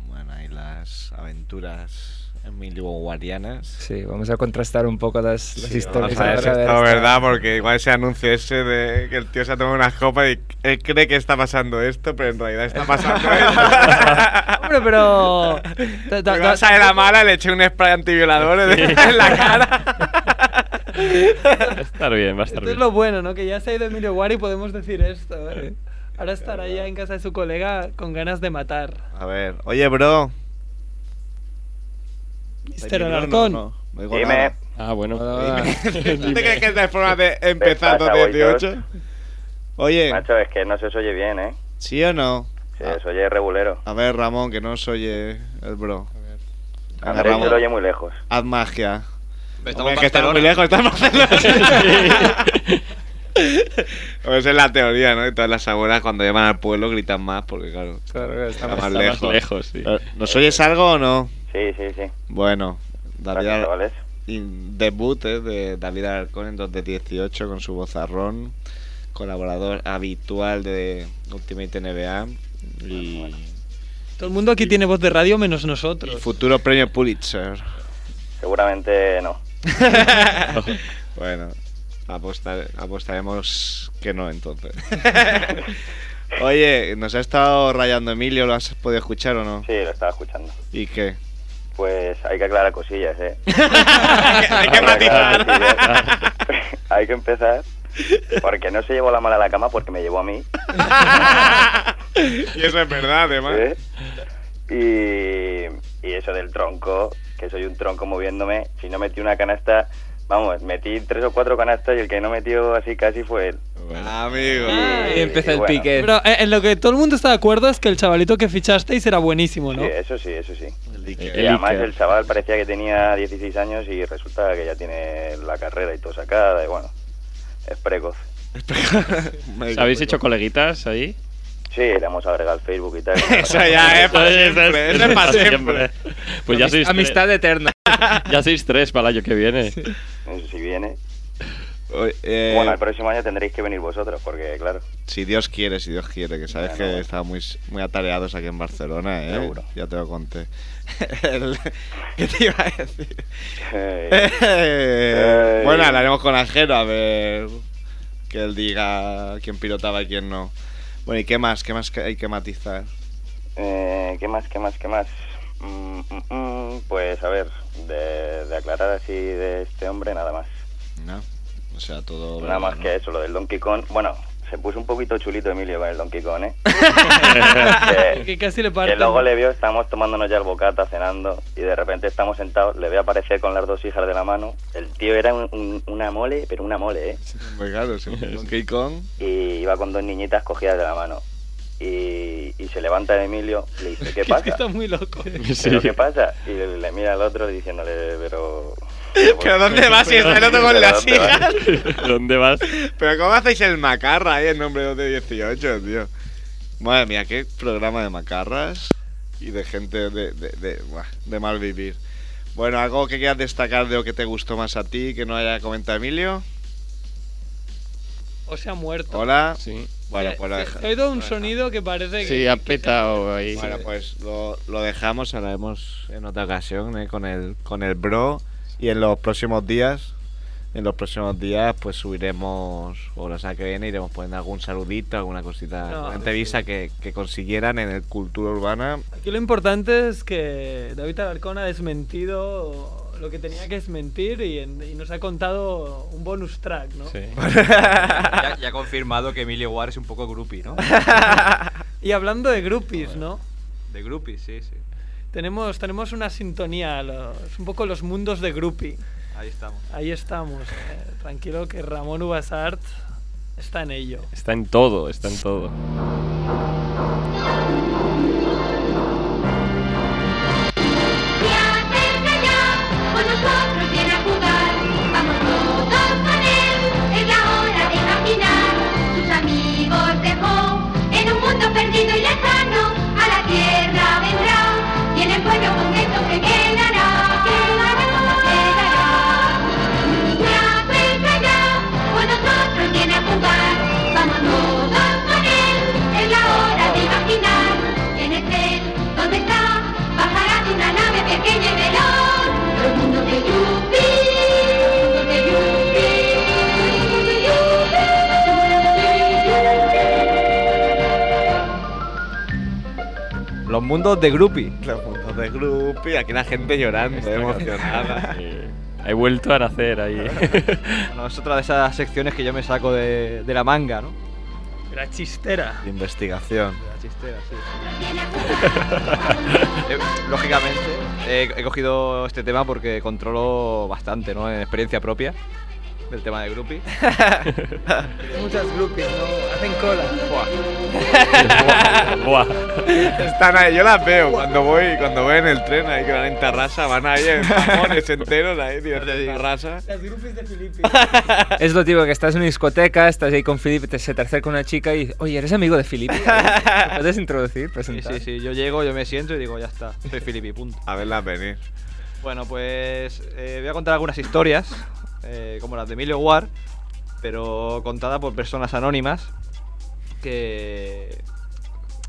Bueno, ahí las aventuras emilio-guarianas.
Sí, vamos a contrastar un poco las, las historias.
Vamos a ver si
a ver
esto es
esta-
verdad, porque igual ese anuncio ese de que el tío se ha tomado unas copas y él cree que está pasando esto, pero en realidad está pasando esto.
Hombre, pero.
Me pasa de la mala, le eché un spray antiviolador en en la
Va a estar bien, va a estar
Esto es
bien.
lo bueno, ¿no? Que ya se ha ido Emilio Guari y podemos decir esto. ¿eh? Ahora estará ya en casa de su colega con ganas de matar.
A ver, oye, bro.
Mister Alarcón.
no digo
Dime.
nada.
Ah, bueno.
¿Tú te crees que esta es forma de empezar
pasa, boitos?
2018? Oye, Ah.
Macho, es que no se os oye bien, ¿eh?
¿sí o no?
Se os oye regulero.
A ver, Ramón, que no os oye el bro.
A
Venga,
Andrés
Ramón,
se lo oye muy lejos.
Haz magia.
estamos
Hombre,
en
que estamos muy lejos,
Barcelona.
estamos en Barcelona. Hombre, esa es la teoría, ¿no? Y todas las abuelas cuando llaman al pueblo gritan más porque, claro,
Claro,
está,
estamos-
más
está más
lejos.
lejos, sí.
Eh, ¿Nos oyes algo o no?
Sí, sí, sí.
Bueno, David
Gracias,
Al-
chavales.
in- debut eh, de David Alarcón en 2018 con su vozarrón, colaborador habitual de Ultimate NBA y
Todo el mundo aquí tiene voz de radio menos nosotros.
futuro premio Pulitzer.
Seguramente Eh, no.
bueno, apostar- apostaremos que no entonces. Oye, nos ha estado rayando Emilio, ¿lo has podido escuchar o no?
Sí, lo estaba escuchando.
¿Y qué?
Pues hay que aclarar cosillas, ¿eh?
hay
que matizar. hay que empezar. Porque no se llevó la mala a la cama porque me llevó a mí.
Y eso es verdad, además.
¿eh? Y, y eso del tronco, que soy un tronco moviéndome. Si no metí una canasta, vamos, metí tres o cuatro canastas y el que no metió así casi fue él.
Ah,
Amigo.
Y- y bueno.
Pero eh, en lo que todo el mundo está de acuerdo es que el chavalito que fichasteis era buenísimo, ¿no?
Sí, eso sí, eso sí.
Dicker.
Y
El
además
Dicker.
el chaval parecía que tenía 16 años y resulta que ya tiene la carrera y todo sacada y bueno, es precoz.
pues.
¿Habéis hecho coleguitas ahí?
Sí, le hemos agregado al Facebook y tal.
Eso
ya es para
Eso es-
siempre, eso es para siempre.
Pues ya sois
Amistad eterna.
tres, ya sois tres para el año que viene.
Eso si viene.
eh,
Bueno, el próximo año tendréis que venir vosotros porque, claro,
Si Dios quiere, si Dios quiere, que sabes que estamos muy, muy atareados aquí en Barcelona, ¿eh?
Seguro.
Ya te lo conté. El- ¿Qué te iba a decir?
Eh.
Eh,
Eh.
Bueno, hablaremos con Ajero a ver que él diga quién pilotaba y quién no. Bueno, ¿y qué más? ¿Qué más que hay que matizar?
eh, ¿qué más, qué más, qué más? Mm, mm, mm, pues a ver, de, de aclarar así de este hombre nada más.
No. O sea, todo.
Nada más que eso, lo del Donkey Kong. Bueno, se puso un poquito chulito Emilio con el Donkey Kong, ¿eh? que,
Que casi le
que
parten.
luego le vio, estábamos tomándonos ya el bocata, cenando, y de repente estamos sentados, le veo aparecer con las dos hijas de la mano. El tío era un- un- una mole, pero una mole, ¿eh?
Hombre, Pues claro, sí. Donkey Kong.
Y iba con dos niñitas cogidas de la mano. Y, y se levanta Emilio, le dice, ¿qué pasa?
Está muy loco. eh.
¿Pero qué pasa? Y le, le mira al otro diciéndole, pero...
¿Pero dónde vas si está el otro con
¿Pero
las
dónde vas?
hijas?
¿Dónde vas?
Pero ¿cómo hacéis el macarra ahí en nombre de los de 18, tío? Madre mía, qué programa de macarras y de gente de, de, de- buah, de mal vivir. Bueno, ¿algo que quieras destacar de lo que te gustó más a ti que no haya comentado Emilio?
O se ha muerto.
Hola.
Sí.
Bueno,
Eh,
pues lo deja-
He oído un sonido que parece que.
Sí, ha petado ahí.
Bueno, pues lo, lo dejamos, hablaremos en otra ocasión ¿eh? con, el, con el bro y en los próximos días, en los próximos días pues subiremos, o la semana que viene iremos poniendo algún saludito, alguna cosita,
No,
alguna entrevista que, que consiguieran en el Cultura Urbana.
Aquí lo importante es que David Alarcón ha desmentido lo que tenía que desmentir y, en- y nos ha contado un bonus track, ¿no?
ya, ya ha confirmado que Emilio War es un poco groupie, ¿no?
y hablando de groupies, ¿no?
De groupie, sí, sí.
Tenemos, tenemos una sintonía, los- un poco los mundos de groupie.
Ahí estamos.
Ahí estamos. eh, Tranquilo que Ramón Ubasart está en ello.
Está en todo, está en todo.
Con nosotros viene a jugar, vamos todos con él, es la hora de imaginar. Sus amigos dejó en un mundo perdido y lejano, a la tierra vendrá, y en el pueblo concreto se quedará, quedará, quedará. Ya venga ya, con nosotros viene a jugar, vamos todos con él, es la hora de imaginar. ¿Quién es él? ¿Dónde está? Bajará de una nave pequeña y veloz. Los mundos de Yupi, los mundos de Yupi, los mundos de Yupi, los mundos de Yupi.
Los mundos de Grupi. Los mundos de Grupi, aquí la gente llorando, emocionada.
He vuelto a nacer ahí.
Bueno, es otra de esas secciones que yo me saco de, de la manga, ¿no?
La chistera.
De investigación.
La chistera, sí. Eh, Lógicamente, eh, he cogido este tema porque controlo bastante, ¿no? En experiencia propia del tema de groupie.
Muchas groupies, ¿no? Hacen cola.
Buah.
Están ahí, yo las veo cuando voy, cuando voy en el tren ahí que van en terraza, van ahí en jamones enteros ahí, tío, en terraza.
Las groupies de Filipe.
Es lo típico que estás en una discoteca, estás ahí con Filipe, te se te acerca una chica y oye, ¿eres amigo de Filipe? ¿Te ¿Puedes introducir,
Sí,
presentar?
sí, sí. Yo llego, yo me siento y digo, ya está, soy Filipe, punto.
A verlas venir.
Bueno, pues eh, voy a contar algunas historias, eh, como las de Emilio War, pero contadas por personas anónimas que,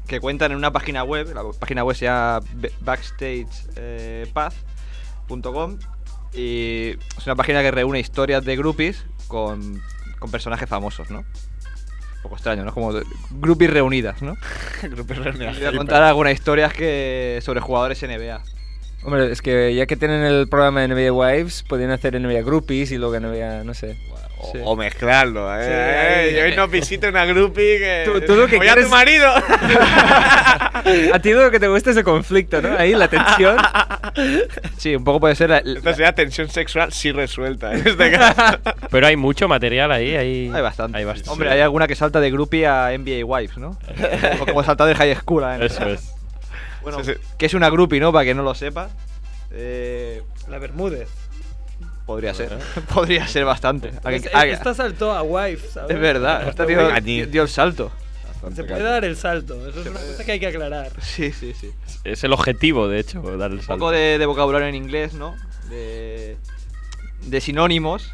que cuentan en una página web, la página web se llama Be- backstagepath.com y es una página que reúne historias de groupies con, con personajes famosos, ¿no? Un poco extraño, ¿no? Como de- groupies reunidas, ¿no?
Groupies reunidas.
Y Voy a contar algunas historias que sobre jugadores NBA.
Hombre, es que ya que tienen el programa de NBA Wives, podrían hacer NBA Groupies y luego NBA, no sé.
O, o mezclarlo, eh.
Sí,
eh,
ahí.
y hoy nos visita una groupie que.
Tú- tú lo que
Voy a tu
quieres-
marido.
A ti lo que te gusta es el conflicto, ¿no? Ahí la tensión.
Sí, un poco puede ser.
Esta sería tensión sexual sí resuelta en este caso.
Pero hay mucho material ahí. Hay,
Hay bastante.
Hay bastante.
Hombre, hay alguna que salta de groupie a NBA Wives, ¿no? o como salta de high school. a NBA.
Eso es.
Bueno,
Sí,
que es una groupie, ¿no? Para que no lo sepa. Eh,
La Bermúdez.
podría ser. podría ser bastante. A que-
Es-
a-
Esta saltó a wife, ¿sabes?
es verdad. Esta dio, dio el salto.
Se puede dar el salto. Eso es una cosa que hay que aclarar.
Sí, sí, sí.
Es el objetivo, de hecho, dar el
Un
salto.
poco de, de vocabulario en inglés, ¿no? De, de sinónimos.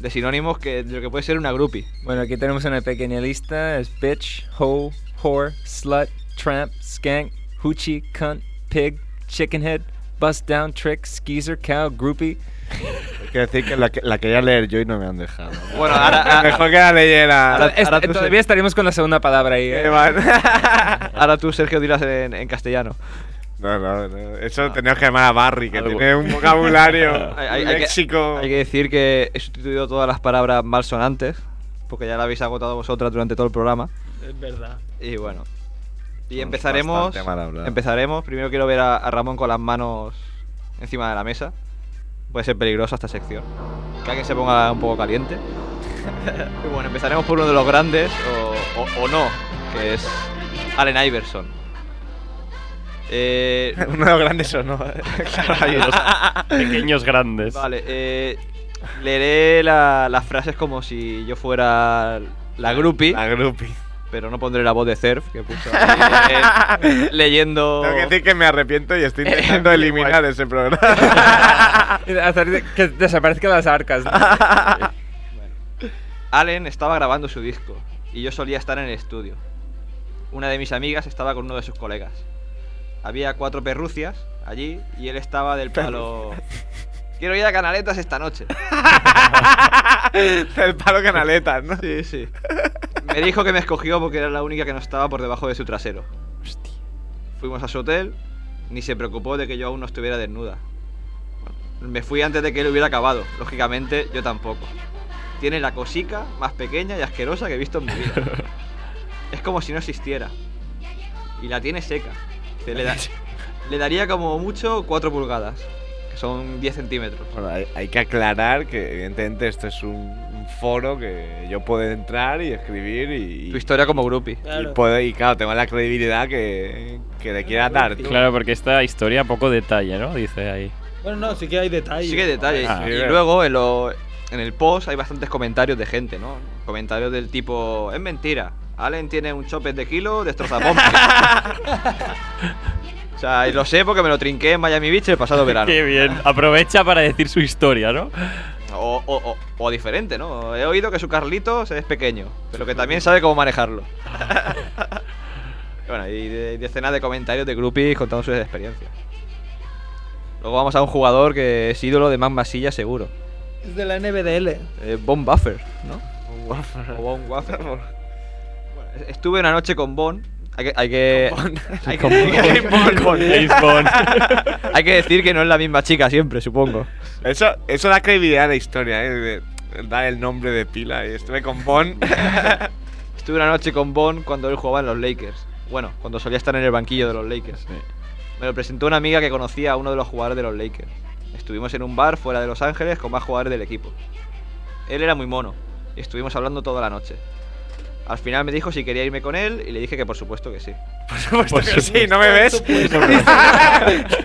De sinónimos que de lo que puede ser una groupie.
Bueno, aquí tenemos una pequeña lista. Es bitch, hoe, whore, slut, tramp, skank, hoochie, cunt, pig, chickenhead, bust down, trick, skeezer, cow, groupie.
Hay que decir que la, que la quería leer yo y no me han dejado.
Bueno, ahora- a-
Mejor que la leyera.
Ahora- es- todavía estaríamos con la segunda palabra ahí. ¿eh?
Ahora tú, Sergio, dirás en, en castellano.
No,
Ah.
no, no. Eso teníamos que llamar a Barry, que tiene un vocabulario.
hay, hay- hay que- hay que decir que he sustituido todas las palabras malsonantes, porque ya la habéis agotado vosotras durante todo el programa.
Es verdad.
Y bueno. Y
Somos
empezaremos.
bastante mal hablados.
Empezaremos. Primero quiero ver a, a Ramón con las manos encima de la mesa. Puede ser peligrosa esta sección. Que alguien se ponga un poco caliente. y bueno, empezaremos por uno de los grandes, o, o- o no, que es Allen Iverson. Eh,
Uno de los grandes o no.
Claro, hay
Ah,
dos.
Pequeños grandes.
Vale, eh, leeré la- las frases como si yo fuera la groupie. La
groupie.
Pero no pondré la voz de Cerf, que puso ahí, eh, leyendo...
Tengo que decir que me arrepiento y estoy intentando eliminar ese programa.
Hacer que desaparezcan las arcas.
Allen estaba grabando su disco y yo solía estar en el estudio. Una de mis amigas estaba con uno de sus colegas. Había cuatro perrucias allí y él estaba del palo... Quiero ir a Canaletas esta noche.
del palo Canaletas, ¿no?
Sí, sí. Me dijo que me escogió porque era la única que no estaba por debajo de su trasero. Fuimos a su hotel, ni se preocupó de que yo aún no estuviera desnuda. Bueno, me fui antes de que él hubiera acabado, lógicamente yo tampoco. Tiene la cosica más pequeña y asquerosa que he visto en mi vida. Es como si no existiera. Y la tiene seca. Se le, da- le daría como mucho 4 pulgadas, que son 10 centímetros.
Bueno, hay, hay que aclarar que evidentemente esto es un, un foro que yo puedo entrar y escribir y...
Tu historia como groupie.
Y,
Claro.
puedo, y claro, tengo la credibilidad que, que le quieras dar. tú.
Claro, porque esta historia poco detalle, ¿no? Dice ahí.
Bueno, no, sí que hay detalles.
Sí que hay detalles.
Ah.
y luego en, lo- en el post hay bastantes comentarios de gente, ¿no? Comentarios del tipo, es mentira. Allen tiene un chopper de kilo, destroza O sea, y lo sé porque me lo trinqué en Miami Beach el pasado verano.
Qué bien. Aprovecha para decir su historia, ¿no?
O, o- o- o diferente, ¿no? He oído que su Carlitos es pequeño, pero que también sabe cómo manejarlo. bueno, y de- decenas de comentarios de groupies contando sus experiencias. Luego vamos a un jugador que es ídolo de más masilla seguro.
Es de la NBDL.
Eh, Bon Buffer, ¿no? O Bon Wafer. Bueno, es- estuve una noche con Bon. Hay que. Hay que, hay que-
Con Bon.
hay que-
Con Bon. James Bond.
Hay que decir que no es la misma chica siempre, supongo.
Eso, eso da credibilidad a la historia, ¿eh? de- de dar el nombre de pila. Y estuve con Bon.
Estuve una noche con Bon cuando él jugaba en los Lakers. Bueno, cuando solía estar en el banquillo de los Lakers. Me lo presentó una amiga que conocía a uno de los jugadores de los Lakers. Estuvimos en un bar fuera de Los Ángeles con más jugadores del equipo. Él era muy mono y estuvimos hablando toda la noche. Al final me dijo si quería irme con él y le dije que por supuesto que sí. Por
supuesto que sí, ¿no me ves? que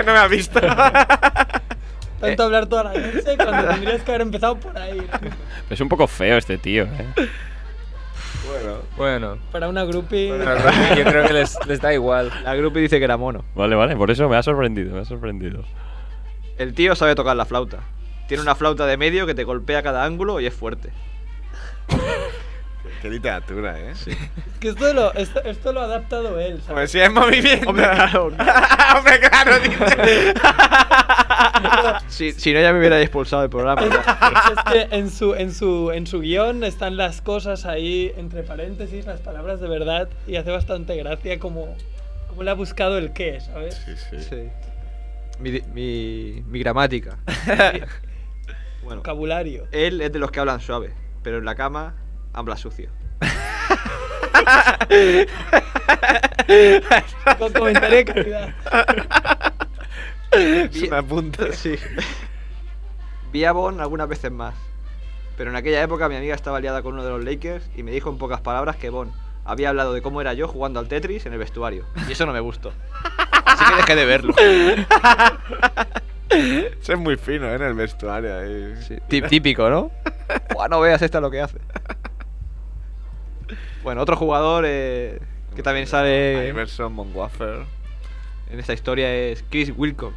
no me ha visto.
Eh.
Tanto hablar toda la noche cuando tendrías que haber empezado por ahí.
Es un poco feo este tío, ¿eh?
Bueno.
Bueno.
Para una groupie.
Yo creo que les, les da igual.
La groupie dice que era mono.
Vale, vale, por eso me ha sorprendido, me ha sorprendido.
El tío sabe tocar la flauta. Tiene una flauta de medio que te golpea cada ángulo y es fuerte.
Qué literatura, ¿eh?
Que esto lo, esto, esto lo ha adaptado él. ¿sabes?
Poesía en movimiento.
Hombre, claro.
Ah, Hombre, claro, dice.
Si, si no, ya me hubiera expulsado del programa.
Es que en su, en, su, en su guión están las cosas ahí, entre paréntesis, las palabras de verdad, y hace bastante gracia como, como le ha buscado el qué, ¿sabes?
Sí. Mi, di- mi- mi gramática. bueno,
Vocabulario.
él es de los que hablan suave, pero en la cama habla sucio.
Con comentario de calidad.
Vi- Sí. Vi a Bon algunas veces más. Pero en aquella época mi amiga estaba liada con uno de los Lakers y me dijo en pocas palabras que Bon había hablado de cómo era yo jugando al Tetris en el vestuario. Y eso no me gustó. Así que dejé de verlo.
Eso es muy fino, ¿eh? En el vestuario. ahí.
Tip- Típico, ¿no? Buah, no veas esta lo que hace. Bueno, otro jugador eh, que también sale
Iverson, Monwafer.
en esta historia es Chris Wilcox.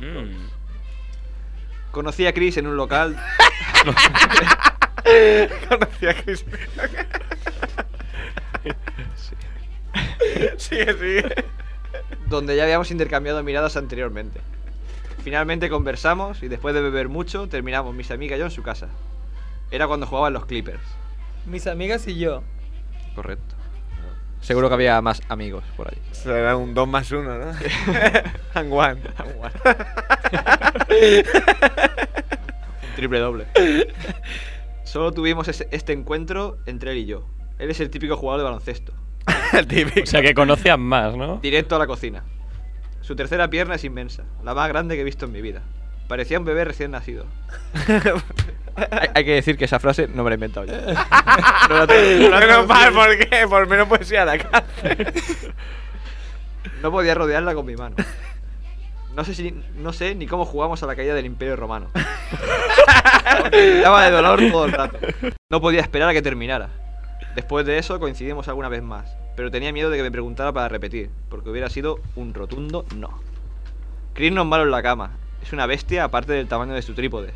Mm. Conocí a Chris en un local.
Conocí a Chris. Sigue, sigue.
donde ya habíamos intercambiado miradas anteriormente. Finalmente conversamos y después de beber mucho terminamos mis amigas y yo en su casa. Era cuando jugaban los Clippers.
Mis amigas y yo.
Correcto. Seguro que había más amigos por ahí.
Será un 2 más 1, ¿no?
And one. Un triple doble. Solo tuvimos ese- este encuentro entre él y yo. Él es el típico jugador de baloncesto.
O sea, que conocían más, ¿no?
Directo a la cocina. Su tercera pierna es inmensa, la más grande que he visto en mi vida. Parecía un bebé recién nacido. hay, hay que decir que esa frase no me la he inventado yo. No la tengo- no la
Menos mal,
tengo.
¿por qué? Por menos poesía a la cárcel.
No podía rodearla con mi mano. No sé, si, no sé ni cómo jugamos a la caída del Imperio Romano. Estaba de dolor todo el rato. No podía esperar a que terminara. Después de eso coincidimos alguna vez más, pero tenía miedo de que me preguntara para repetir, porque hubiera sido un rotundo no. Chris no es malo en la cama. Es una bestia aparte del tamaño de su trípode.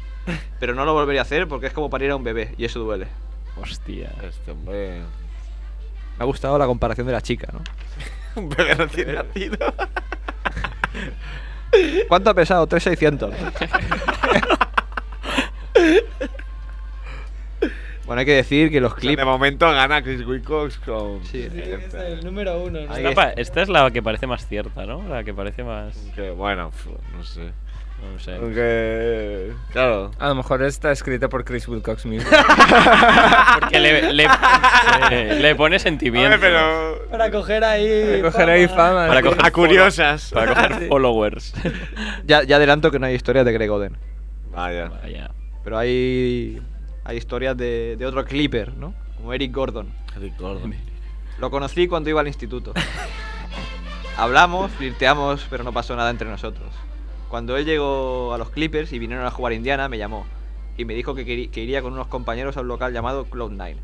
Pero no lo volvería a hacer porque es como parir a un bebé y eso duele.
Hostia.
Este hombre.
Me ha gustado la comparación de la chica, ¿no?
Un bebé recién nacido.
¿Cuánto ha pesado? 3,600. bueno, hay que decir que los clips.
De momento gana Chris Wilcox con.
Sí,
Es el número uno. ¿no?
Esta, pa- esta es la que parece más cierta, ¿no? La que parece más.
Que bueno, pf, no sé.
No sé.
Aunque. Claro.
A lo mejor está escrita por Chris Wilcox mismo.
Porque le, le, eh, le pone sentimiento.
pero.
Para coger ahí.
Para coger ahí fama.
Para coger
A curiosas.
Para coger followers.
Ya, ya adelanto que no hay historias de Greg Oden.
Vaya.
Vaya.
Pero hay. Hay historias de, de otro clipper, ¿no? Como Eric Gordon.
Eric Gordon.
Lo conocí cuando iba al instituto. Hablamos, flirteamos, pero no pasó nada entre nosotros. Cuando él llegó a los Clippers y vinieron a jugar a Indiana, me llamó y me dijo que, queri- que iría con unos compañeros a un local llamado Cloud9.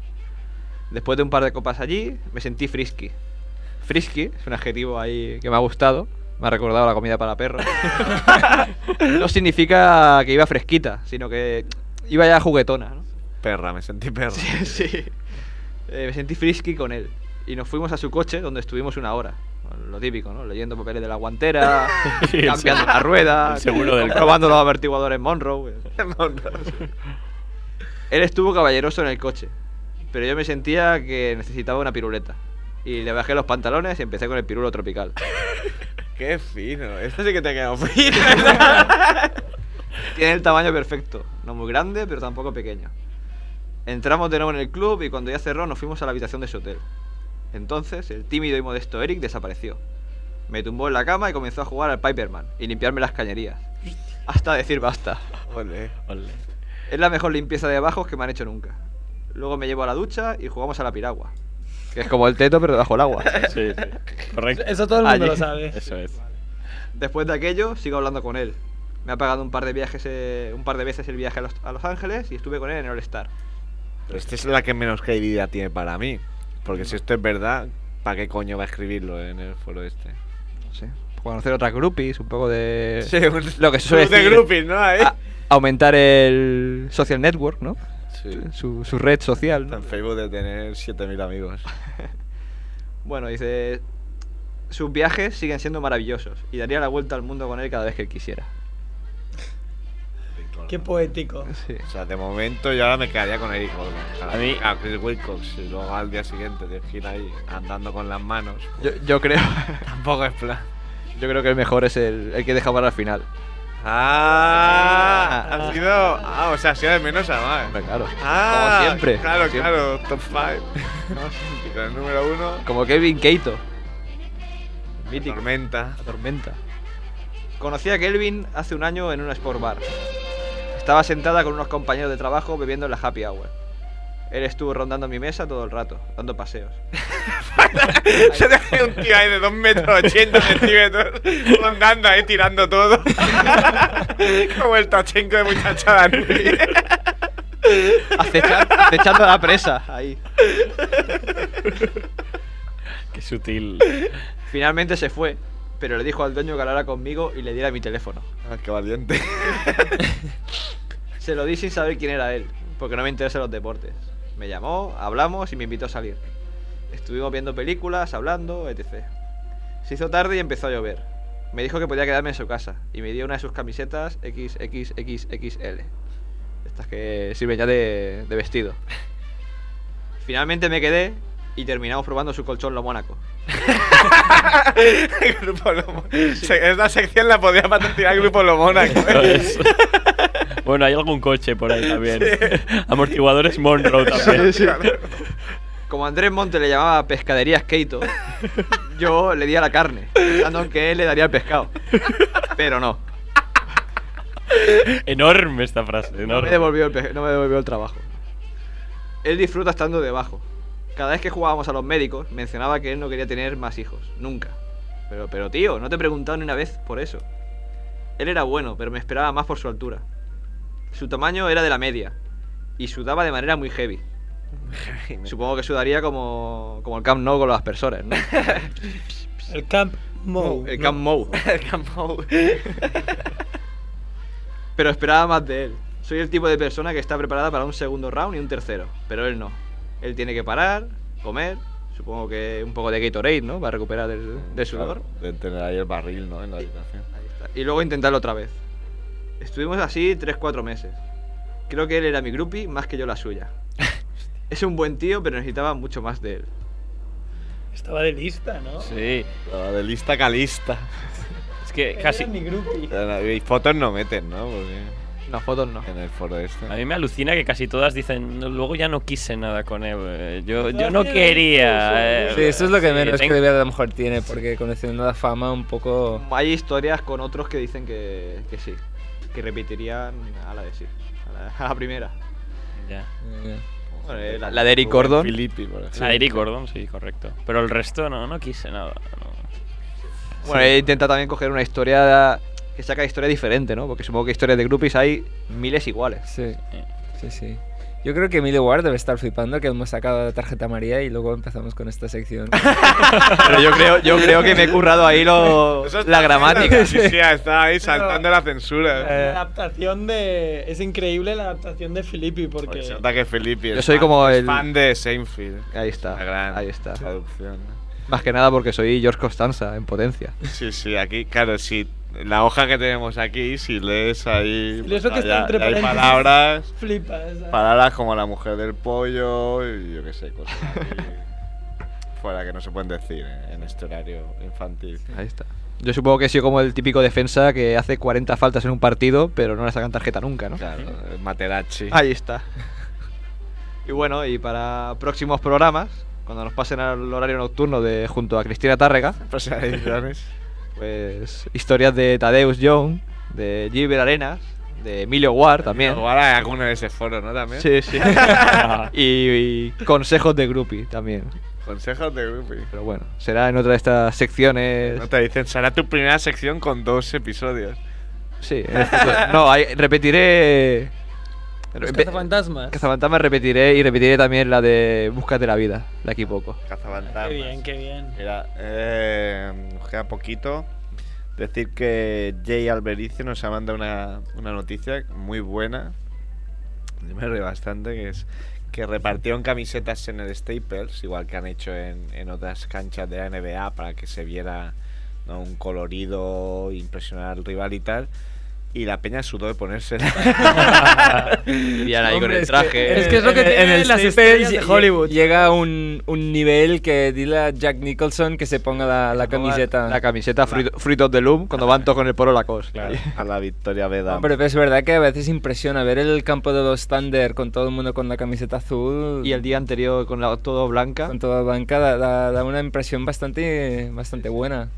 Después de un par de copas allí, me sentí frisky. Frisky es un adjetivo ahí que me ha gustado. Me ha recordado la comida para perros. no significa que iba fresquita, sino que iba ya juguetona. ¿no?
Perra, me sentí perra.
sí. Eh, me sentí frisky con él. Y nos fuimos a su coche, donde estuvimos una hora. Lo típico, ¿no? Leyendo papeles de la guantera, cambiando la rueda,
El seguro del
probando los amortiguadores Monroe. Él estuvo caballeroso en el coche, pero yo me sentía que necesitaba una piruleta. Y le bajé los pantalones y empecé con el pirulo tropical.
Qué fino. Este sí que te ha quedado fino.
Tiene el tamaño perfecto, no muy grande, pero tampoco pequeño. Entramos de nuevo en el club y cuando ya cerró nos fuimos a la habitación de su hotel. Entonces, el tímido y modesto Eric desapareció. Me tumbó en la cama y comenzó a jugar al Piperman y limpiarme las cañerías. Hasta decir basta.
Ole.
Ole.
Es la mejor limpieza de bajos que me han hecho nunca. Luego me llevo a la ducha y jugamos a la piragua. Que es como el teto, pero debajo el agua.
Sí, sí. Correcto.
Eso todo el mundo
Allí.
lo sabe.
Eso es.
Después de aquello, sigo hablando con él. Me ha pagado un par de viajes, eh, un par de veces el viaje a Los, a Los Ángeles y estuve con él en el All Star.
Pero esta es la que menos credibilidad tiene para mí.
Mm.
Porque si esto es verdad, ¿para qué coño va a escribirlo en el foro este?
No sé. Conocer otras groupies, un poco de.
Sí, un-
lo que se suele
un de
decir,
groupies, ¿no? Ahí.
a- aumentar el social network, ¿no?
Sí.
Su, su red social. ¿no?
En Facebook de tener 7000 amigos.
Bueno, dice. Sus viajes siguen siendo maravillosos y daría la vuelta al mundo con él cada vez que quisiera.
Qué poético.
Sí.
O sea, de momento yo ahora me quedaría con Eric Gordon.
A mí-
a Chris Wilcox y luego al día siguiente de gira ahí andando con las manos.
Yo, yo creo.
Tampoco es plan.
Yo creo que el mejor es el, el que deja para el final.
Ah, ha sido. Ah, o sea, ha sido de menos a más.
Hombre, claro.
Ah,
Como siempre.
Claro,
Siempre.
claro, top 5. Con el número 1,
Como Kevin Keito. Mítico.
Tormenta.
La tormenta. Conocí a Kelvin hace un año en un sport bar. Estaba sentada con unos compañeros de trabajo bebiendo en la happy hour. Él estuvo rondando mi mesa todo el rato, dando paseos.
Se deja un tío ahí de 2 metros 80 centímetros rondando ahí, tirando todo. Como el tachenco de muchachada.
Acecha- Acechando a la presa, ahí.
Qué sutil.
Finalmente se fue, pero le dijo al dueño que hablara conmigo y le diera mi teléfono.
Ah, qué valiente.
Se lo di sin saber quién era él, porque no me interesan los deportes. Me llamó, hablamos y me invitó a salir. Estuvimos viendo películas, hablando, etc. Se hizo tarde y empezó a llover. Me dijo que podía quedarme en su casa y me dio una de sus camisetas XXXXL. Estas que sirven ya de, de vestido. Finalmente me quedé y terminamos probando su colchón lo Mónaco.
Grupo Lomo. Se- Esta sección la podía patrocinar Grupo Lomona.
Bueno, hay algún coche por ahí también. Amortiguadores Monroe también.
Como Andrés Monte le llamaba pescaderías Keito, yo le di a la carne, pensando en que él le daría el pescado. Pero no,
Enorme esta frase,
no me
enorme.
devolvió el, pe- no me devolvió el trabajo. Él disfruta estando debajo. Cada vez que jugábamos a los médicos, mencionaba que él no quería tener más hijos, nunca. Pero, pero tío, no te he preguntado ni una vez por eso. Él era bueno, pero me esperaba más por su altura. Su tamaño era de la media y sudaba de manera muy heavy. Supongo que sudaría como, como el Camp Nou con los aspersores, ¿no?
El Camp Mou.
El
¿no?
Camp Mou.
El Camp Mou.
Pero esperaba más de él. Soy el tipo de persona que está preparada para un segundo round y un tercero, pero él no. Él tiene que parar, comer, supongo que un poco de Gatorade, ¿no? Para recuperar del, del sudor.
De tener ahí el barril, ¿no? En la habitación.
Y luego intentarlo otra vez. Estuvimos así 3-4 meses. Creo que él era mi groupie más que yo la suya. es un buen tío, pero necesitaba mucho más de él.
Estaba de lista, ¿no?
Sí.
Ah, de lista calista.
Es que
Era
casi.
mi groupie.
Y fotos no meten, ¿no? Porque
No, fotos no.
en el foro este.
A mí me alucina que casi todas dicen, luego ya no quise nada con él. eh, Yo, yo
Todas
no
tienen
quería. eh".
Sí, eso es lo que menos
creo.
que a lo mejor tiene, porque conociendo la fama un poco...
Hay historias con otros que dicen que, que sí, que repetirían a la de sí, a la, a la primera.
Ya.
Bueno, eh, la, la de Eric Gordon.
La de Eric Gordon, sí, correcto. Pero el resto no, no quise nada. no.
Bueno, he intenta también coger una historia que saca historia diferente, ¿no? Porque supongo que historias de groupies hay miles iguales.
Sí, sí, sí. Yo creo que Emilio Ward debe estar flipando que hemos sacado la tarjeta María y luego empezamos con esta sección.
Pero yo creo, yo creo que me he currado ahí lo,
Eso está
la gramática. Eh,
Sí, sí,
está ahí
saltando
la censura.
La adaptación de. Es increíble la adaptación de Filippi porque.
Se nota que Felipe es
Yo soy
fan-
como
es
el-
fan de Seinfeld.
Ahí está. ahí está.
Traducción. ¿no?
Más que nada porque soy George Costanza en potencia.
Sí, sí, aquí, claro, sí. La hoja que tenemos aquí, si lees ahí.
lees lo
pues,
que está
ya-
entre
ya hay
paréntesis.
palabras.
Flipas.
Palabras como la mujer del pollo y yo qué sé, cosas así. fuera que no se pueden decir en- en este horario infantil.
Ahí está. Yo supongo que soy como el típico defensa que hace 40 faltas en un partido, pero no le sacan tarjeta nunca, ¿no?
Claro, Materazzi.
Ahí está. Y bueno, y para próximos programas, cuando nos pasen al horario nocturno de junto a Cristina Tárrega,
Próximas ediciones.
pues historias de Tadeus Young, de Gilbert Arenas, de Emilio Ward también.
Igual hay alguno ah, de ese foro, ¿no? También.
Sí, sí. y, y consejos de groupie también.
Consejos de groupie.
Pero bueno, será en otra de estas secciones.
No te dicen, será tu primera sección con dos episodios.
Sí, en el futuro. No, ahí repetiré.
Los
Repe-
cazafantasmas.
Cazafantasmas repetiré y repetiré también la de Búscate la vida, de aquí poco.
Cazabantasmas.
Qué bien, qué bien.
Mira, eh, nos queda poquito. Decir que Jay Albericio nos ha mandado una, una noticia muy buena. Yo me reí bastante, que es que repartieron camisetas en el Staples, igual que han hecho en, en otras canchas de la NBA, para que se viera ¿no? un colorido, impresionar al rival y tal. Y la peña sudó de ponérsela.
Y ahora ahí con el traje.
Es que es lo que
En el-
tienen
en el
las
Staples
estrellas
de
lle-
Hollywood.
Llega a un, un nivel que dile a Jack Nicholson que se ponga la, la camiseta.
La camiseta Fruit, Fruit of the Loom cuando van todos con el polo Lacoste.
A la victoria Veda.
Hombre, pero pues, es verdad que a veces impresiona ver el campo de los Thunder con todo el mundo con la camiseta azul.
Y el día anterior con la todo blanca.
Con toda blanca da, da- da una impresión bastante, bastante buena.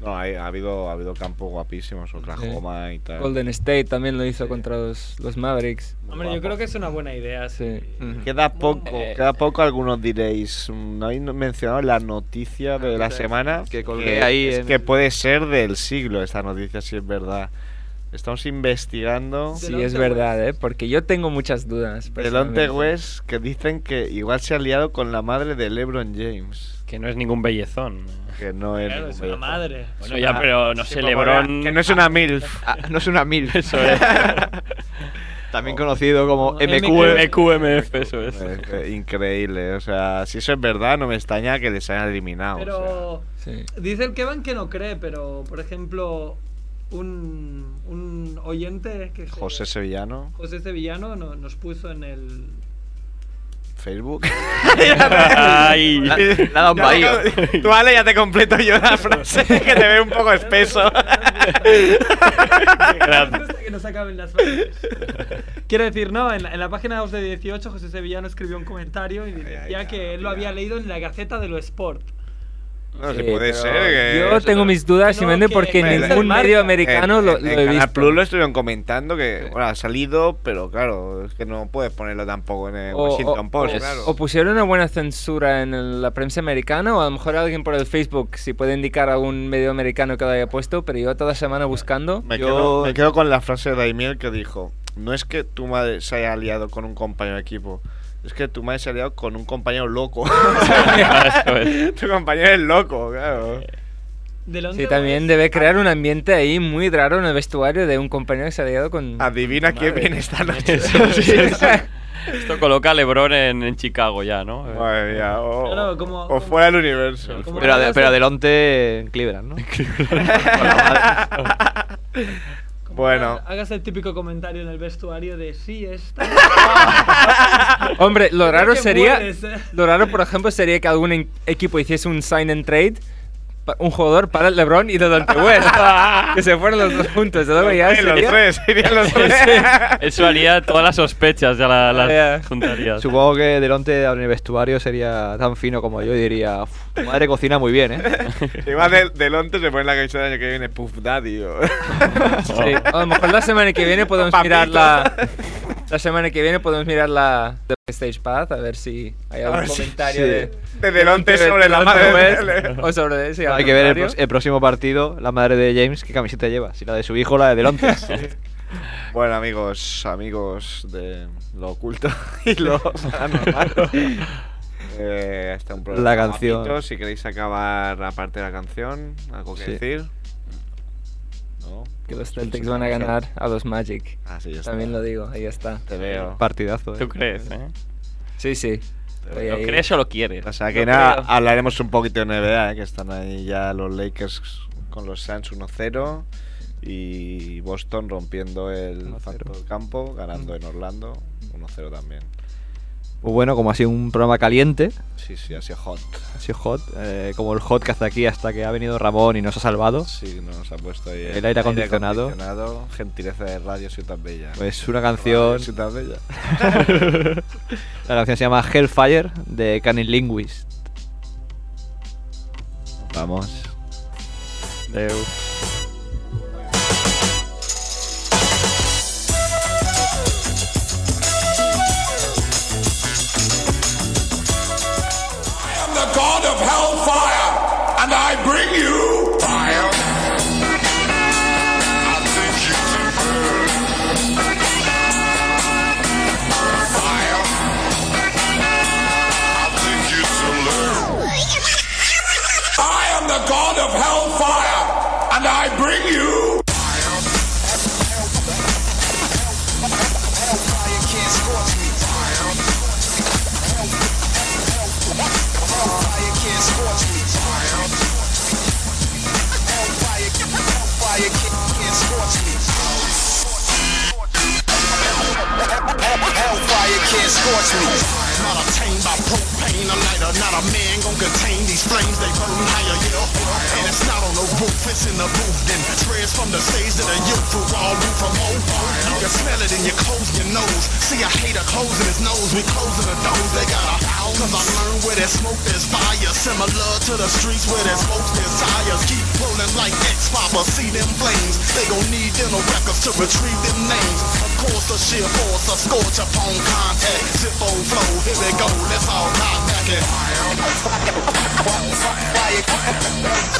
No, hay- ha habido, ha habido campos guapísimos, Oklahoma y tal.
Golden State también lo hizo contra los, los Mavericks.
Hombre, yo creo que es una buena idea.
Sí.
Queda poco,
Eh,
queda poco, algunos diréis. No habéis mencionado la noticia
Ah,
de la
que-
semana.
que colgué ahí
Es
en-
que puede ser del siglo esta noticia, si es verdad. Estamos investigando.
Sí, es verdad, ¿eh? Porque yo tengo muchas dudas.
Del Onte
personalmente.
West que dicen que igual se ha liado con la madre de LeBron James.
Que no es ningún bellezón.
Que no es.
Claro, es una madre. ah,
Bueno, ya, pero no sé, Lebron.
Que no es una MILF.
Ah, no es una mil.
Eso es.
También conocido como MQ.
MQMF, eso es.
Eh, eh, Increíble, o sea, si eso es verdad, no me extraña que les hayan eliminado. o
Pero.
Sí.
Dice el Kevin que no cree, pero por ejemplo, un, un oyente que se-
sea, José Sevillano.
José Sevillano no- nos puso en el
Facebook.
Ay. La- le ha dado un vacío.
Tú, Ale, ya te completo yo la frase que te veo un poco espeso.
Hasta que nos acaben las frases. Quiero decir, no, en la, en la página 2 de 18 José Sevillano escribió un comentario y decía que él lo había leído en la Gaceta de lo Sport.
No,
Sí,
si puede
pero
ser. que-
yo tengo mis dudas,
No,
simplemente
que-
porque
Hombre,
ningún
la-
medio
la-
americano
en,
lo,
en-
lo
en
he
Canal
visto.
Plus lo estuvieron comentando que bueno, ha salido, pero claro, es que no puedes ponerlo tampoco en el
O,
Eh, Washington
o-
Post.
o-
claro.
o pusieron una buena censura en el- la prensa americana o a lo mejor alguien por el Facebook si puede indicar algún medio americano que lo haya puesto, pero yo toda semana buscando.
Me, quedo, me quedo con la frase de Daimiel que dijo: No es que tu madre se haya aliado con un compañero de equipo, es que tu madre se ha aliado con un compañero loco. tu compañero es loco,
Eh.
claro.
De
Sí, también debe crear un ambiente ahí muy raro en el vestuario de un compañero que se ha liado con...
Adivina
qué
quién viene esta noche.
Esto coloca a LeBron en, en Chicago ya, ¿no?
Madre mía, oh. o,
Claro, como-
o fuera del universo.
como
Pero, ade-
Vegas-
pero adelante en Cleveland, ¿no?
bueno.
Hagas el típico comentario en el vestuario de sí, esta.
Hombre, lo
Creo
raro
que
sería.
mueres, eh.
Lo raro, por ejemplo, sería que algún en- equipo hiciese un sign and trade. pa- Un jugador para el LeBron y Dante West. que se fueron los dos juntos. y luego ya
tres, los
sería-
tres, irían los tres.
Eso haría todas las sospechas, ya la- las
Ah, Ya.
juntarías.
Supongo que delante en el vestuario sería tan fino como yo y diría, "Uf, tu madre cocina muy bien, ¿eh?
Igual del, del once se pone la camiseta del año que viene Puff Daddy. o-
Sí, A lo mejor la semana que viene podemos
Papito.
mirar la. La semana que viene podemos mirar la de Stage Path a ver si hay
A
algún
ver si-
comentario
sí.
de.
De Delonte
de-
sobre
de
la
Delonte
madre
West
de-
O sobre ese.
Hay que ver el, pros- el próximo partido, la madre de James, qué camiseta lleva. Si la de su hijo o la de delante.
Bueno, amigos, amigos de lo oculto y lo paranormal. Eh, hasta un programa
La canción.
guapito. Si queréis acabar la parte de la canción, algo que
Sí.
decir. No.
Que los Celtics van a ganar a los Magic.
Ah,
Así ya está.
También lo digo, ahí está.
Te veo.
Partidazo, ¿eh?
¿Tú crees, eh?
Sí, sí. Estoy
¿Lo
ahí.
crees o lo quieres?
O sea que
Lo
nada,
creo.
hablaremos un poquito de NBA, eh, que están ahí ya los Lakers con los Suns 1-0 y Boston rompiendo el factor campo,
Mm.
ganando en Orlando 1-0 también.
Pues bueno, como ha sido un programa caliente,
Sí, sí, ha sido hot.
ha sido hot, eh, como el hot que hace aquí hasta que ha venido Ramón y nos ha salvado.
Sí, nos ha puesto ahí
El aire acondicionado. Pues
acondicionado, gentileza de Radio Ciudad Bella.
Es una canción.
Radio Ciudad Bella.
La canción se llama Hellfire de Canin Linguist.
Vamos.
Deu.
I am the god of hellfire, and I bring you fire. I think you can burn. Fire. I think you can learn. I am the god of hellfire, and I bring you.
Hellfire can't scorch me. Not obtained by propane, a lighter, not a man gon' contain these flames. They burn higher, yeah. And it's not on the roof, it's in the roof. Then spreads from the stage to the youth who all root from over. You can smell it in your clothes, your nose. See a hater closing his nose, we closing the doors. They got a howl, cause I learned where there's smoke, there's fire. Similar to the streets where there's smoke, there's tires. Keep rolling like X Papa, see them flames. They gon' need dental records to retrieve them names. Of course, the sheer force, a scorch upon contact. Zippo flow, here we go, let's all knock back it. Hellfire,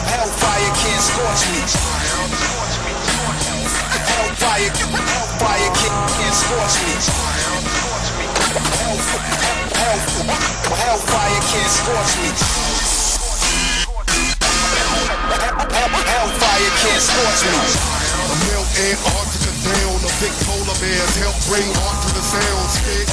hellfire can't scorch me. Hellfire, hellfire can't, can't scorch me. Hell, hell, hell, hellfire can't scorch me. Hellfire can't scorch me.
A milk and Antarctica down, a big polar bears help bring art to the sounds. Stick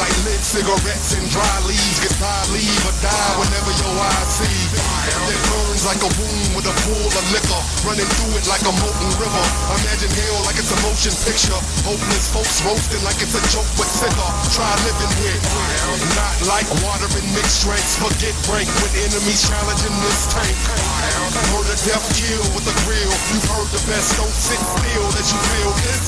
like lit cigarettes and dry leaves, get by, leave or die whenever your eyes see. that burns like a wound with a pool of liquor running through it like a molten river. Imagine hell like it's a motion picture. Hopeless folks roasting like it's a joke, but sicker. Try living here. Not like water and mixed drinks. Forget rank when enemies challenging this tank. Murder, death, kill with a grill. You've heard the best. Don't sit still as you feel this.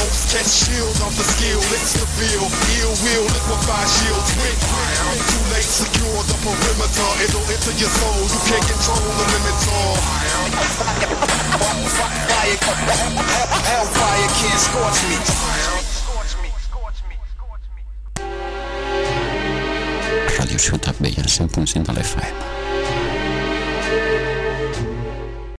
Folks catch shields off the skill. It's the bill. Ill will liquefy shields with. Too late, secure the perimeter. It'll enter your soul. You can't control the limits all.
Hellfire can't scorch me.
Ràdio Ciutat Vella, 100.5 de l'FM.